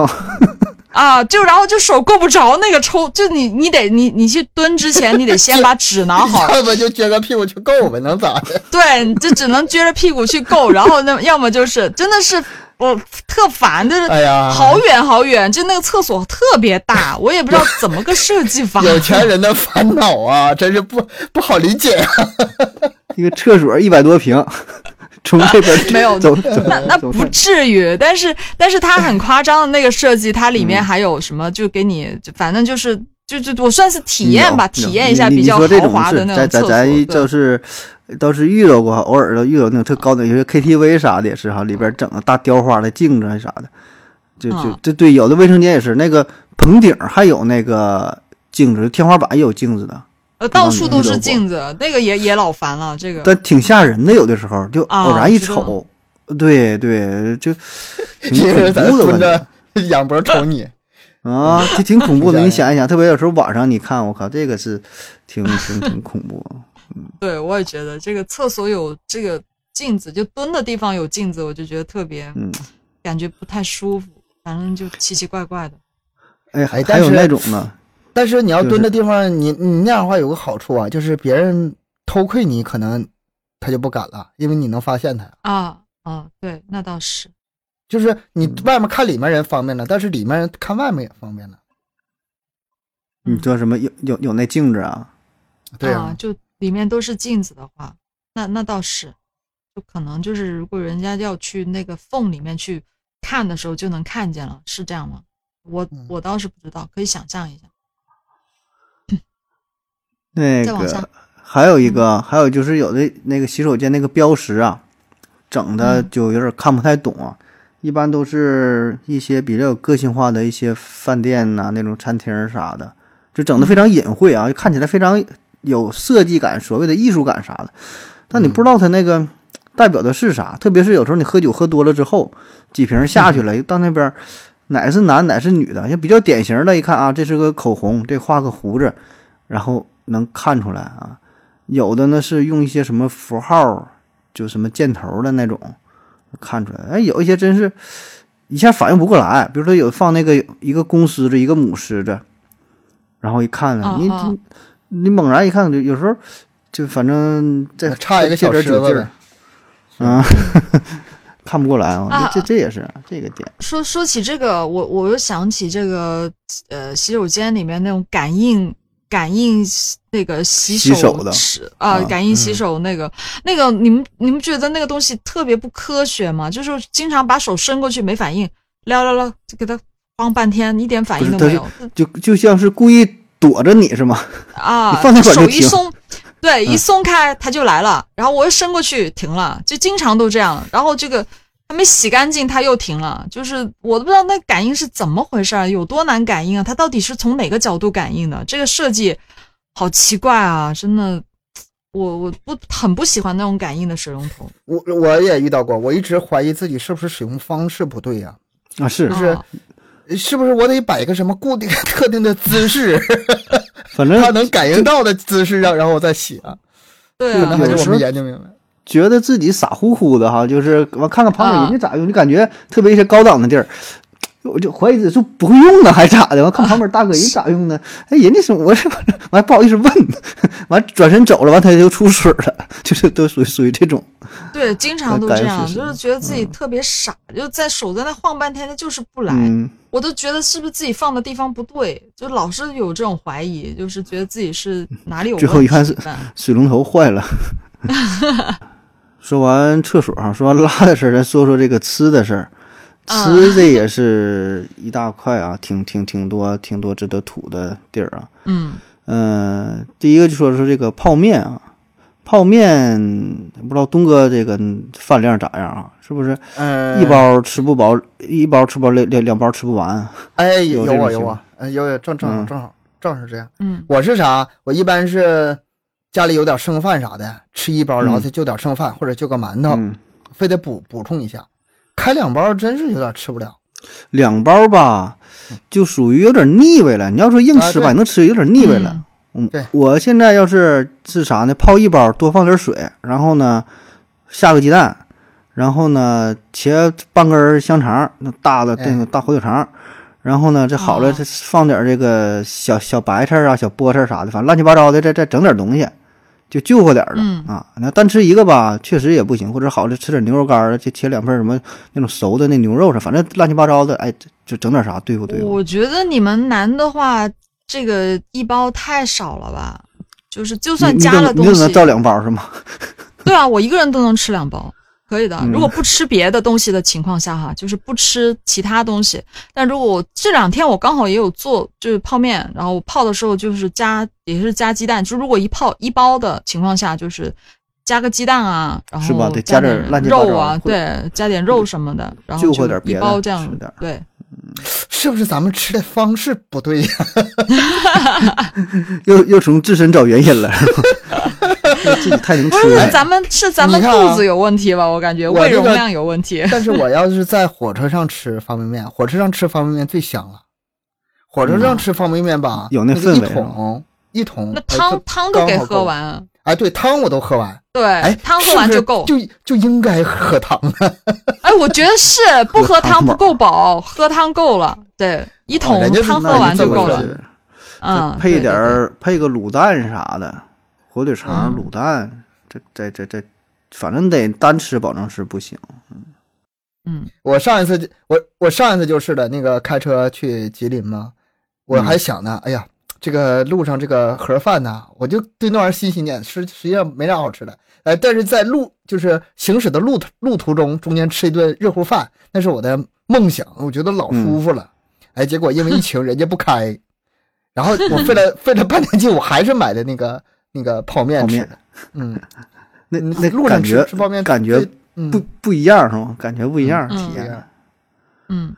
啊，就然后就手够不着那个抽，就你你得你你去蹲之前，你得先把纸拿 好，要不就撅个屁股去够呗，能咋的？对，你就只能撅着屁股去够，然后那要么就是真的是我特烦，就是哎呀，，好远好远，就那个厕所特别大，我也不知道怎么个设计法 有钱人的烦恼啊，真是不不好理解啊。 一个厕所一百多平，从这边没有走走，那那走不至于，但是但是它很夸张的那个设计，它里嗯面还有什么就给你，就反正就是。就就我算是体验吧，有有体验一下你你比较你说这豪种华的是那咱种厕咱所。咱对就是倒是遇到过，偶尔都遇到那种特高的，有些 KTV 啥的也是哈，里边整个大雕花的镜子还啥的，就就嗯这对有的卫生间也是那个棚顶还有那个镜子，天花板也有镜子的，呃，道到你处遇都到是过镜子，那个也也老烦了。这个但挺吓人的，有的时候就啊偶然一我知道瞅，对对， 就挺一个人在那恐怖的蹲感觉。着仰脖瞅你，啊，这挺恐怖的。 挺吓人你想一想，特别有时候晚上你看，我靠，这个是挺挺挺恐怖。对我也觉得这个厕所有这个镜子，就蹲的地方有镜子，我就觉得特别嗯，感觉不太舒服，反正就奇奇怪怪的。哎，哎还但还有是那种呢，但是你要就是蹲的地方，你你那样的话有个好处啊，就是别人偷窥你，可能他就不敢了，因为你能发现他。啊啊，对，那倒是。就是你外面看里面人方便了，但是里面人看外面也方便了。你知道什么？有有有那镜子啊，对啊，就里面都是镜子的话，那那倒是，就可能就是如果人家要去那个缝里面去看的时候就能看见了，是这样吗？我嗯我倒是不知道，可以想象一下。那再往下嗯个还有一个，还有就是有的那个洗手间那个标识啊，整的嗯就有点看不太懂啊。一般都是一些比较有个性化的一些饭店呐、那种餐厅儿啥的，就整的非嗯常隐晦啊，就看起来非常有设计感，所谓的艺术感啥的，但嗯你不知道它那个代表的是啥。特别是有时候你喝酒喝多了之后，几瓶下去了，嗯到那边儿哪是男哪是女的，就比较典型的，一看啊，这是个口红，这画个胡子，然后能看出来啊。有的呢是用一些什么符号，就什么箭头的那种看出来。哎，有一些真是一下反应不过来，比如说有放那个一个公狮子，一个母狮子，然后一看呢哦，你哦你你猛然一看，就有时候就反正这差一个小这点狮酒子劲儿呗，啊， 看不过来啊，啊这这也是这个点，说说起这个，我我又想起这个呃洗手间里面那种感应感应那个洗洗手的池啊、啊感应洗手那个、那个，你们你们觉得那个东西特别不科学吗？就是经常把手伸过去没反应，撩撩撩就给它晃半天，一点反应不是都没有就就像是故意躲着你是吗？啊！你放那管就手一停嗯松，对，一松开它就来了，然后我又伸过去停了，就经常都这样，然后这个。还没洗干净，它又停了。就是我都不知道那感应是怎么回事儿，有多难感应啊？它到底是从哪个角度感应的？这个设计好奇怪啊！真的，我我不很不喜欢那种感应的水龙头。我我也遇到过，我一直怀疑自己是不是使用方式不对呀、啊，是，是啊是不是我得摆一个什么固定 特定的姿势，反正它能感应到的姿势，让然后我再洗啊？对可能啊还，是有我时没候研究明白。觉得自己傻乎乎的哈，就是我看看旁边人家咋用，就感觉特别一些高档的地儿，我就怀疑自己是不会用呢，啊还咋的？完看旁边大哥人咋用呢？哎，人家是我是完不好意思问， 完转身走了，完他就出水了， 就是都属于属于这种，对，经常都感这应样，是什就么是觉得自己特别傻，就在手在那晃半天，它就是不来。嗯，我都觉得是不是自己放的地方不对，就老是有这种怀疑，就是觉得自己是哪里有问嗯题。最后一看是水龙头坏 了。说完厕所哈，说完拉的事儿，咱说说这个吃的事儿。啊嗯吃这也是一大块啊，挺挺挺多挺多值得吐的地儿啊。嗯，嗯，第一个就说说这个泡面啊，泡面不知道东哥这个饭量咋样啊？是不是嗯，一包吃不饱，一包吃不饱两两两包吃不完？哎，有有这种我情有况我，呃有有正正好嗯正好正好是这样。嗯，我是啥？我一般是家里有点剩饭啥的，吃一包，然后嗯再就点剩饭或者就个馒头，嗯，非得补补充一下。开两包真是有点吃不了。两包吧，就属于有点腻味了。你要说硬吃吧，啊你对能吃有点腻味了。嗯嗯对，我现在要是是啥呢？泡一包，多放点水，然后呢，下个鸡蛋，然后呢，切半根香肠，那大的哎那个大火腿肠，然后呢，这好了，哦这放点这个小小白菜啊、小菠菜啥的，反正乱七八糟的，再再整点东西，就救活点儿了、嗯啊。那单吃一个吧，确实也不行，或者好了吃点牛肉干儿，就切两份儿什么那种熟的那牛肉啥，反正乱七八糟的，哎，就整点啥对付对付。我觉得你们男的话，这个一包太少了吧？就是就你算你加怎么了你东怎么西，造两包是吗？对啊，我一个人都能吃两包，可以的。嗯如果不吃别的东西的情况下哈，就是不吃其他东西。但如果我这两天我刚好也有做，就是泡面，然后我泡的时候就是加也是加鸡蛋，就如果一泡一包的情况下，就是加个鸡蛋啊，然是吧后得加加点乱七八糟肉啊，或者对，加点肉什么的，然就后会点一别的包这吃样点，对。是不是咱们吃的方式不 对呀？又又从自身找原因了，是吧 自己太能不哎吃是了。咱们是咱们你看啊肚子有问题吧？我感觉我胃这容个量有问题。但是我要是在火车上吃方便面，火车上吃方便面最香了。火车上吃方便面吧，有那个一氛围桶一桶，那哎呃汤就汤都刚给好喝够完，啊哎，对，汤我都喝完，哎对，，汤喝完是不是就够。就就应该喝汤啊！ 哎，我觉得是不喝汤不够饱，喝汤够了。对，啊一桶人家是汤喝那完你就这么够说了的。嗯，配对点，儿配个卤蛋啥的，火腿嗯肠、卤蛋，这这这这，反正得单吃，保证是不行。对对嗯， 我上一次就我我上一次就是的，那个开车去吉林嗯嘛，我还想呢，哎呀，这个路上这个盒饭呐，我就对那玩意儿心心念，实实际上没啥好吃的，哎，但是在路就是行驶的路途路途中，中间吃一顿热乎饭，那是我的梦想，我觉得老嗯舒服了，哎，结果因为疫情人家不开，然后我费 了费了半天劲，我还是买的那个那个泡面泡吃面的，嗯，那嗯那路感上吃觉吃泡面感觉最嗯不不一样是吗？感觉不一样，嗯体不一验样。嗯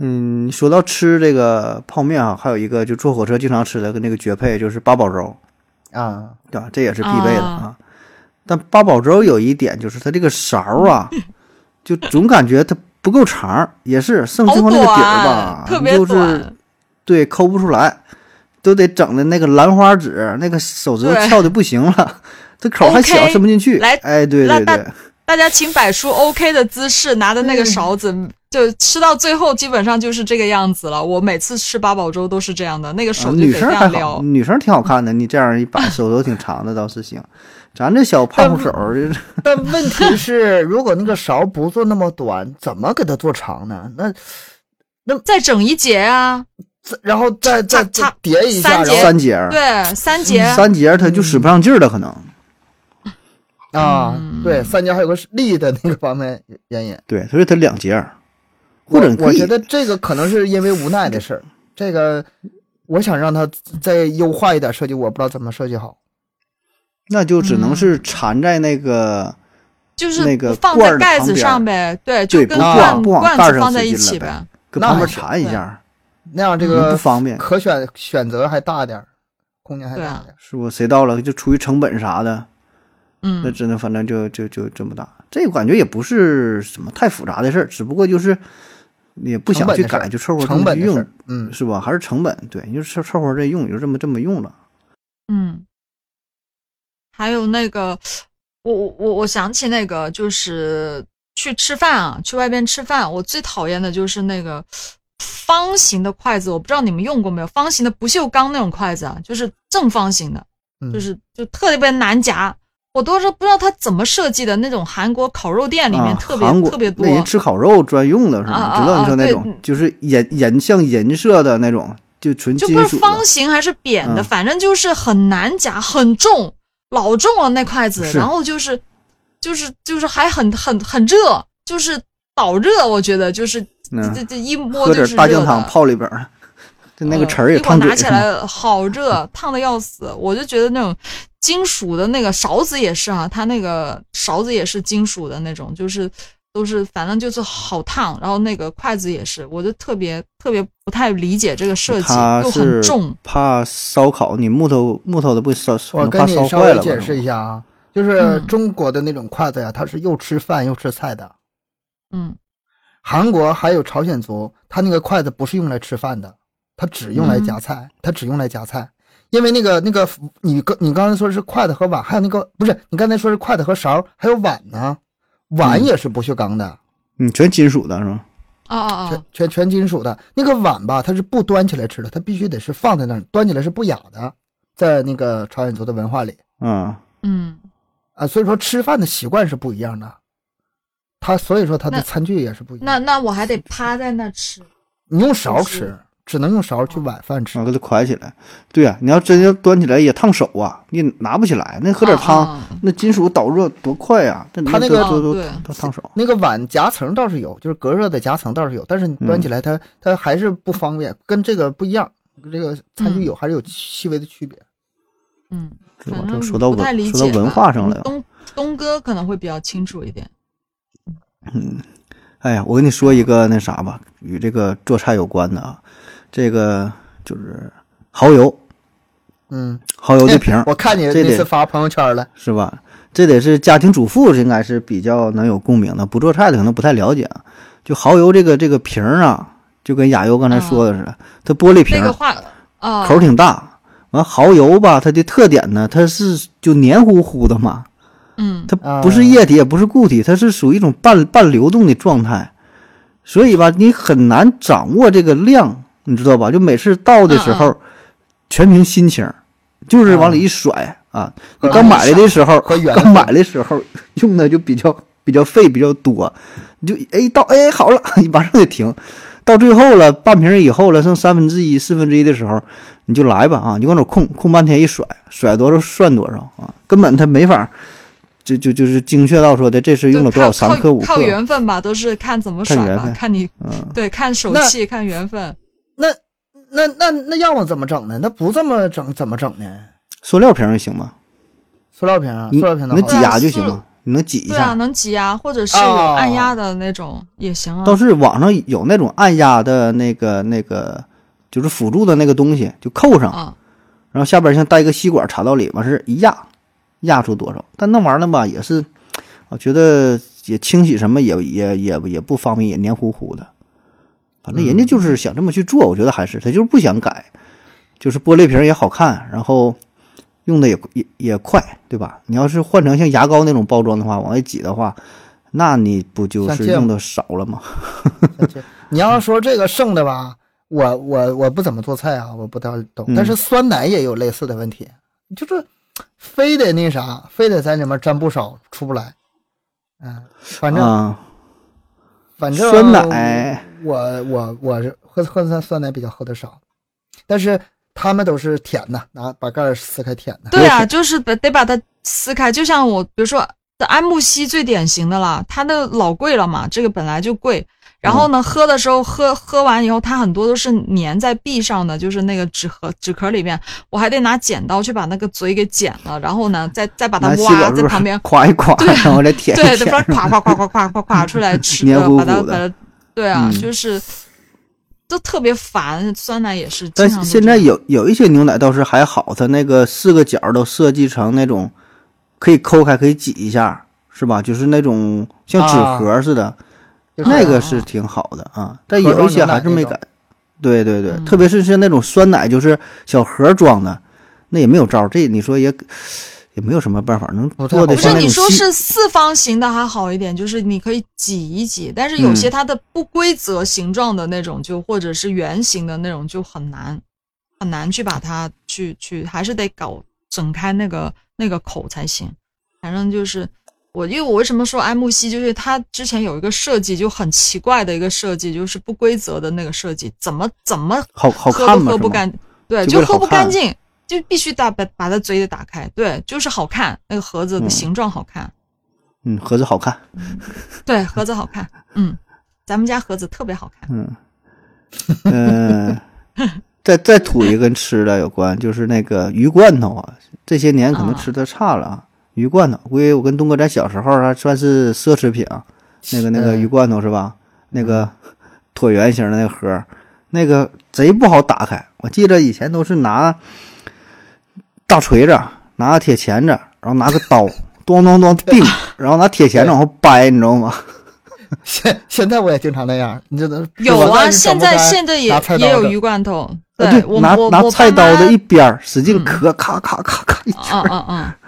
嗯，说到吃这个泡面啊，还有一个就坐火车经常吃的跟那个绝配就是八宝粥，啊，对吧？这也是必备的啊啊。但八宝粥有一点就是它这个勺啊，嗯就总感觉它不够长儿，也是剩好最后那个底儿短吧，，特别就是短。对，抠不出来，都得整的那个兰花指，那个手指头对翘的不行了， 这口还小， OK，伸不进去。来哎，对来对大对，大家请摆出 OK 的姿势，拿着那个勺子就吃到最后基本上就是这个样子了。我每次吃八宝粥都是这样的，那个手啊就女得生这还样撩。好，女生挺好看的。你这样一把手都挺长的，倒是行。咱这小胖虎手儿，就是 但问题是，如果那个勺不做那么短，怎么给它做长呢？那再整一节啊，再然后再再差再差叠一下，三然节三节儿，嗯对，三节。三节儿它就使不上劲儿了，可能。后啊，嗯对，三节还有个立的那个方面原因。对，所以它两节儿，或者你我可我以觉得这个可能是因为无奈的事儿，这个我想让它再优化一点设计，我不知道怎么设计好。那就只嗯能是缠在那个，就是那个放罐在儿的盖旁子边上儿呗，对，就对跟不挂罐不往盖罐儿子上放在塞一进了起呗呗。搁那旁边是缠一对下儿，那样这不个方便。可选选择还大点儿，空间还对啊大点儿。是不？谁到了就出于成本啥的，那嗯，真的反正就就就这么大。这个感觉也不是什么太复杂的事儿，只不过就是也不想成本去的事儿改，就凑合这成么本去的事用儿，，嗯，是吧？还是成本，对，你就凑凑合这用，你就这么这么用了。嗯，还有那个，我我我我想起那个，就是去吃饭啊，去外边吃饭，我最讨厌的就是那个方形的筷子，我不知道你们用过没有，方形的不锈钢那种筷子啊，就是正方形的，嗯就是就特别难夹。我都是不知道它怎么设计的，那种韩国烤肉店里面啊，特别、韩国特别多那人吃烤肉专用的是吗？啊啊知道你啊说那对种就是银银像银色的那种，就纯就金不是属的。方形还是扁的，嗯反正就是很难夹，很重，老重了那筷子。是然后就是，就是就是还很很很热，就是导热，我觉得就是这嗯这这一摸喝就点是大热酱汤的。泡里边儿，就那个嗯词儿也一会儿烫嘴拿起是吗来好热， 烫的要死。我就觉得那种金属的那个勺子也是啊，它那个勺子也是金属的那种，就是都是反正就是好烫。然后那个筷子也是，我就特别特别不太理解这个设计，它又是很重。怕烧烤，你木头木头的不烧，可我能跟怕你烧稍坏微了吧嗯解？释一下啊，就是中国的那种筷子呀、它是又吃饭又吃菜的。嗯，韩国还有朝鲜族，他那个筷子不是用来吃饭的，它只用来嗯夹菜，它只用来夹菜。因为那个那个，你刚你刚才说是筷子和碗，还有那个不是你刚才说是筷子和勺，还有碗呢，碗嗯也是不锈钢的，嗯，全金属的是吗？哦哦全哦，全全金属的。那个碗吧，它是不端起来吃的，它必须得是放在那儿，端起来是不雅的，在那个朝鲜族的文化里。嗯，嗯，啊，所以说吃饭的习惯是不一样的。他所以说他的那餐具也是不一样那的。那我还得趴在那吃。你用勺是吃，只能用勺去碗饭吃我。给它蒯起来。对呀、你要真要端起来也烫手啊，你拿不起来。那喝点汤，啊啊那金属导热多快呀、这它那都个都都哦对都烫手。那个碗夹层倒是有，就是隔热的夹层倒是有，但是你端起嗯来它、它还是不方便，跟这个不一样。跟这个餐具有、还是有细微的区别。嗯，是吧反这正说到不太文理说到解吧嗯文化上来了。东东哥可能会比较清楚一点。哎呀，我跟你说一个那啥吧，与这个做菜有关的啊，这个就是蚝油，嗯，蚝油 ，的瓶儿我看你这那得次发朋友圈了，是吧？这得是家庭主妇应该是比较能有共鸣的，不做菜的可能不太了解啊。就蚝油这个这个瓶儿啊，就跟亚优刚才说的似的，它玻璃瓶嗯那儿，个话啊，口儿挺大。完蚝油吧，它的特点呢，它是就黏糊糊的嘛，嗯，它不是液体，也不是固体，它是属于一种半半流动的状态，所以吧，你很难掌握这个量，你知道吧？就每次倒的时嗯候，全凭心情儿，就是往里一甩啊。你刚买来的时候，和原刚买的时候用的就比较比较费，比较多，你就哎到哎好了， 你马上就停。到最后了，半瓶儿以后了，剩三分之一、四分之一的时候，你就来吧啊！你就往那空空半天一甩，甩多少算多少啊！根本他没法，就就就是精确到说的这是就用了多少靠三克靠五靠克，缘分吧，都是看怎么看甩缘吧分，看你嗯，对看手那气，看缘分。那那那那要么怎么整呢？那不这么整怎么整呢？塑料瓶儿行吗？塑料瓶啊，你塑料瓶的能好挤压就行对吗？你能挤一对啊，下？能挤压，或者是有哦按压的那种也行啊。倒是网上有那种按压的那个那个，就是辅助的那个东西，就扣上，啊，然后下边像带一个吸管插到里，完事儿一压，压出多少？但那玩意儿吧，也是，我觉得也清洗什么也也也也不方便，也黏糊糊的。反正人家就是想这么去做，我觉得还是他就是不想改，就是玻璃瓶儿也好看，然后用的也也也快，对吧？你要是换成像牙膏那种包装的话，往外挤的话，那你不就像是芥用末的少了吗？ 你要说这个剩的吧，我我我不怎么做菜啊，我不太懂嗯。但是酸奶也有类似的问题，就是非得那啥，非得在里面沾不少出不来。嗯，反正、啊，反正酸奶我我我是喝喝酸酸奶比较喝的少，但是他们都是甜的，拿把盖儿撕开舔的。 对啊，就是得得把它撕开，就像我，比如说安慕希最典型的啦，它的老贵了嘛，这个本来就贵。然后嗯呢，喝的时候喝喝完以后，它很多都是粘在壁上的，就是那个纸盒纸壳里面，我还得拿剪刀去把那个嘴给剪了，然后呢，再再把它拿吸挖管在是不旁 边 是垮一垮，然后再舔一对，舔不然咵咵咵咵咵咵咵出来吃黏的，糊把它糊把的它，对啊，嗯就是都特别烦。酸奶也是，但经常都现这在样有有一些牛奶倒是还好，它那个四个角儿都设计成那种可以抠开、可以挤一下，是吧？就是那种像纸啊盒似的，就是啊那个是挺好的啊。但盒有一装些牛奶还是那没种改。对对对，嗯特别是像那种酸奶，就是小盒装的，那也没有招儿。这你说也也没有什么办法能不太做的好不是像那你种说吸是四方形的还好一点，就是你可以挤一挤，但是有嗯些它的不规则形状的那种就，或者是圆形的那种就很难很难去把它去去，还是得搞整开那个那个口才行。反正就是我，因为我为什么说爱慕希，就是它之前有一个设计就很奇怪的一个设计，就是不规则的那个设计，怎么怎么好好喝看都嘛，喝是不吗？干，对，就为就了喝好不干看净，就必须打把把它嘴得打开，对，就是好看，那个盒子嗯的形状好看，嗯，盒子好看。对，盒子好看，嗯，咱们家盒子特别好看，嗯，嗯，再再吐一个跟吃的有关，就是那个鱼罐头啊，这些年可能啊吃的差了啊。鱼罐头，估计我跟东哥咱小时候还算是奢侈品啊。那个那个嗯鱼罐头是吧？那个嗯 椭圆形的那个盒儿，那个贼不好打开。我记得以前都是拿大锤子，拿个铁钳子，然后拿个刀，咚咚咚定，然后拿铁钳子往后掰，你知道吗？ 现现在我也经常那样，你这都有我啊，是想现不在开现在也拿菜也刀有的鱼罐头，啊 我拿我拿我菜爸刀的妈一边儿使劲磕，咔咔咔咔一啊啊啊！嗯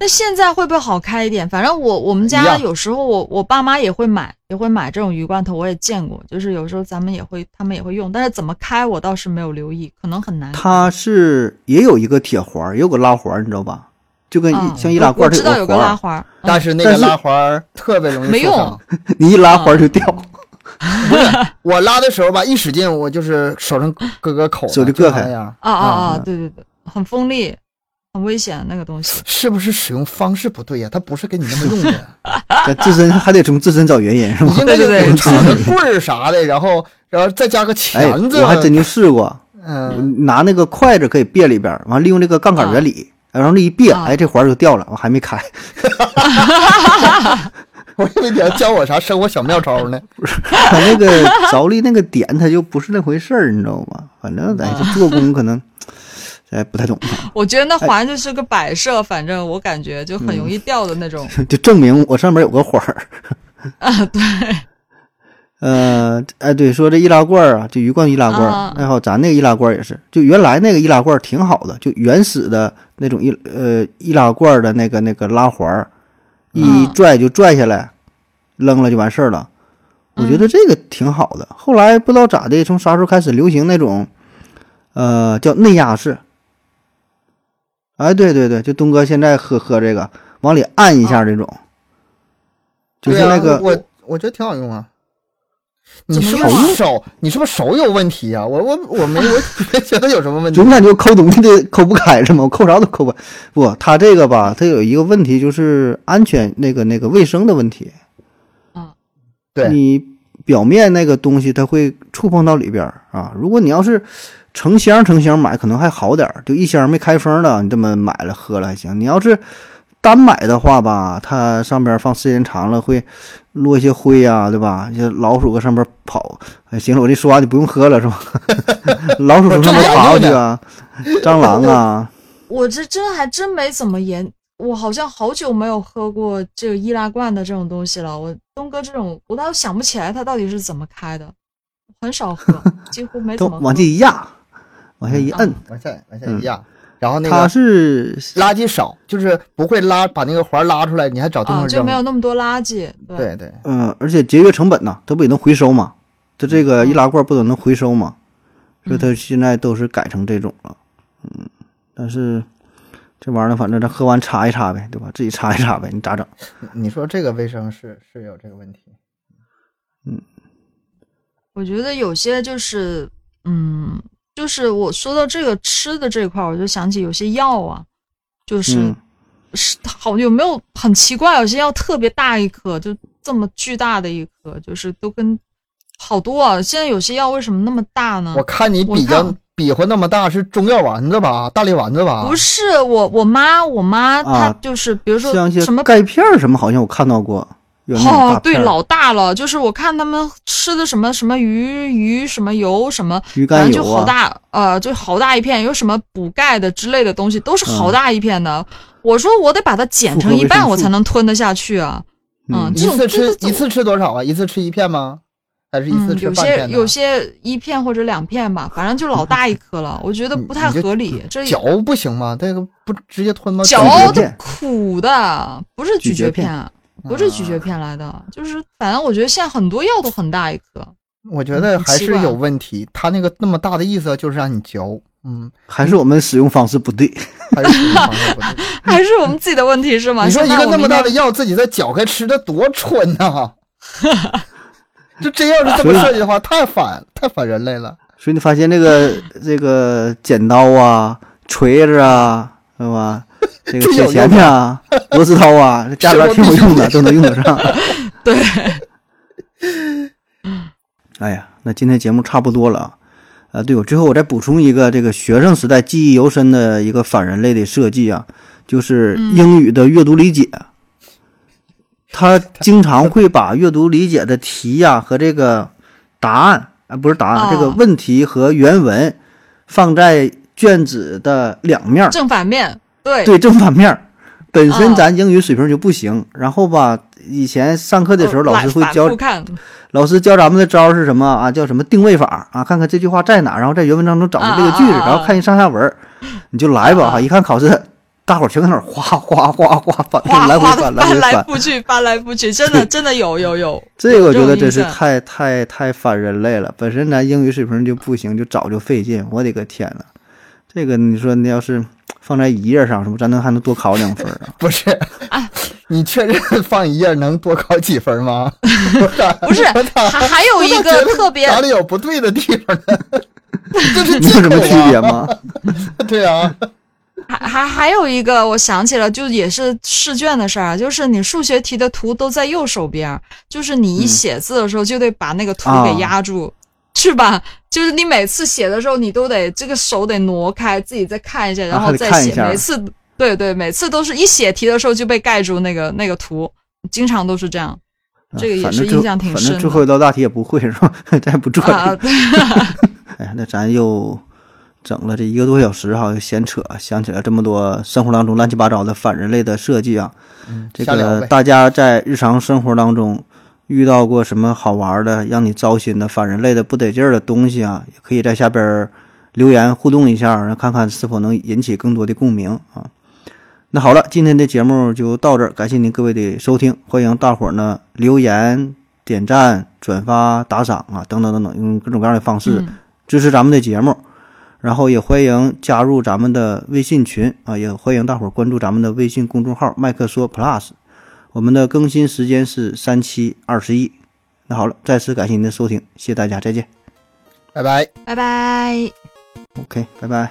那现在会不会好开一点？反正我我们一家样有时候我我爸妈也会买，也会买这种鱼罐头，我也见过，就是有时候咱们也会他们也会用，但是怎么开我倒是没有留意，可能很难。它是也有一个铁环儿，也有个拉环儿，你知道吧？就跟一、嗯像易我拉罐我儿，它知道有有个个环拉儿，环儿，嗯但是那但个是拉环儿特别容易没受伤用你一拉环儿就掉，我拉的时候吧，一使劲，我就是手上割个口，手就割开那样。啊啊啊！嗯对对对，很锋利，很危险那个东 西。是不是使用方式不对呀、它不是给你那么用 的，咱自身还得从自身找原因是吧你？应该对对就对插个棍儿啥的，然后然后再加个哎，钳子。我还真就试过，嗯，拿那个筷子可以别里边儿，完利用这个杠杆原理，然后这一别，啊哎，这环儿就掉了，我还没开。我以为你要教我啥生活小妙招呢。它那个着力那个点，它就不是那回事儿，你知道吗？反正咱这做工可能，哎，不太懂，我觉得那环就是个摆设，反正我感觉就很容易掉的那种。 就证明我上面有个环儿。 啊，对，呃，哎，对，说这易拉罐儿啊，就鱼罐易拉罐儿啊，还好咱那个易拉罐儿也是，就原来那个易拉罐儿挺好的，就原始的那种易呃易拉罐儿的那个那个拉环儿，一嗯拽就拽下来，扔了就完事儿了。我嗯觉得这个挺好的。后来不知道咋的，从啥时候开始流行那种，呃，叫内压式。哎，对对对，就东哥现在喝喝这个，往里按一下这种，就是对啊那个、我我觉得挺好用啊。你怎么是不用啊是手？你是不是手有问题呀、啊我我我没我没觉得有什 么问题总。感觉抠东西的抠不开是吗？我抠啥都抠不开。不，它这个吧，它有一个问题就是安全那个那个卫生的问题。嗯对，你表面那个东西它会触碰到里边儿啊。如果你要是成箱成箱买，可能还好点儿，就一箱没开封的，你这么买了喝了还行。你要是单买的话吧，它上边放时间长了会落一些灰呀、对吧？一些老鼠搁上边跑。哎，行了，我这说完就不用喝了是吧？ 老鼠从上面爬过去啊，蟑螂啊。 我这真还真没怎么研，我好像好久没有喝过这个易拉罐的这种东西了。我东哥这种，我倒想不起来它到底是怎么开的，很少喝，几乎没都怎么喝。往这一压，往下一摁，往下往下一压，然后那嗯它个是垃圾少，就是不会拉把那个环拉出来，你还找地啊，方就扔。没有那么多垃圾。对，对对，嗯，而且节约成本呐，它不也能回收嘛？它这嗯个易拉罐不都能回收嘛？所以它现在都是改成这种了。嗯，但是这玩意儿反正咱喝完擦一擦呗，对吧？自己擦一擦呗，你咋整？你说这个卫生是是有这个问题。我觉得有些就是，嗯，就是我说到这个吃的这块儿，我就想起有些药啊，就是、嗯是好有没有很奇怪？有些药特别大一颗，就这么巨大的一颗，就是都跟好多啊。现在有些药为什么那么大呢我？看你我比较看比划那么大，是中药丸子吧？大力丸子吧？不是我，我妈，我妈、啊她就是，比如说像一些什么钙片儿什么，好像我看到过有那种哦大，对，片儿老大了，就是我看他们吃的什么什么鱼鱼什么油什么，鱼反肝正就油好啊，大呃，就好大一片，有什么补钙的之类的东西，都是好大一片的。我说我得把它剪嗯复合成一维半，生我素才能吞得下去啊。嗯嗯一次这吃种这个一次吃多少啊？一次吃一片吗？还是一次嗯，吃有半片些呢？有些一片或者两片吧，反正就老大一颗了，我觉得不嗯太你就合理。这嚼不行吗？这个不直接吞吗？嚼嗯嚼的片苦的，不是咀咀嚼嚼片片啊，不是咀嚼片来的，就是反正我觉得现在很多药都很大一颗。我觉得还奇是怪有问题。它那个那么大的意思就是让你嚼，嗯，还是我们使用方式不嗯对。还是使用方式不 对。还是我们自己的问题是吗？你说一现在个我那们么大的应药自己在嚼开吃，这多蠢呐、 就这要是这么设计的话，太反太反人类了。所以你发现这个这个剪刀啊、锤子啊，对吧？这个这有铁钳子啊、螺丝刀啊，这家里边挺有用的，都能用得上。该对，哎呀，那今天节目差不多了啊。啊，对，我最后我再补充一个这个学生时代记忆犹深的一个反人类的设计啊，就是英语的阅读理解。他经常会把阅读理解的题呀、和这个答案啊，不是答案，哦这个问题和原文放在卷子的两面儿，正反面对对正反面儿。本身哦咱英语水平就不行，然后吧，以前上课的时候老师会来教哦呃反复看， 老师教咱们的招儿是什么啊？叫什么定位法啊？看看这句话在哪，然后在原文当中找出这个句子，啊啊啊啊然后看一上下文儿，你就来吧啊哈！一看考试，大伙儿全搁那儿哗哗哗哗翻，哗来回哗的翻，来回翻来翻。覆去，翻来覆去，真的真的有有 有，这个我觉有得这真种是印象太太太反人类了。本身咱英语水平就不行，就早就费劲。我的个天呐，这个你说你要是放在一页上，是不是咱能还能多考两分儿啊？ 不是，你确认放一页能多考几分吗？不是，我咋还还有我咋一觉个得特别哪里有不对的地方呢？ 这是你有什么借区口啊别？吗？对啊，还还还有一个，我想起了，就也是试卷的事儿啊，就是你数学题的图都在右手边儿，就是你一写字的时候就得把那个图嗯啊给压住，是吧？就是你每次写的时候，你都得这个手得挪开，自己再看一下，然啊还后得再看一写。下每次对对，每次都是一写题的时候就被盖住那个那个图，经常都是这样。这个也啊反是正最印象挺反深正的最后一道大题也不会是吧？咱也不做这个。啊，对哎，那咱又整了这一个多小时哈，又闲扯，想起来这么多生活当中乱七八糟的反人类的设计啊。这瞎聊个呗大家在日常生活当中遇到过什么好玩的、让你糟心的、反人类的、不得劲儿的东西啊，也可以在下边儿留言互动一下，看看是否能引起更多的共鸣啊。那好了，今天的节目就到这儿，感谢您各位的收听，欢迎大伙儿呢留言、点赞、转发、打赏啊，等等等等，用各种各样的方式。嗯支持咱们的节目，然后也欢迎加入咱们的微信群啊，也欢迎大伙儿关注咱们的微信公众号“麦克说 Plus”。我们的更新时间是三七二十一。那好了，再次感谢您的收听，谢谢大家，再见。拜拜。拜拜。 OK，拜拜。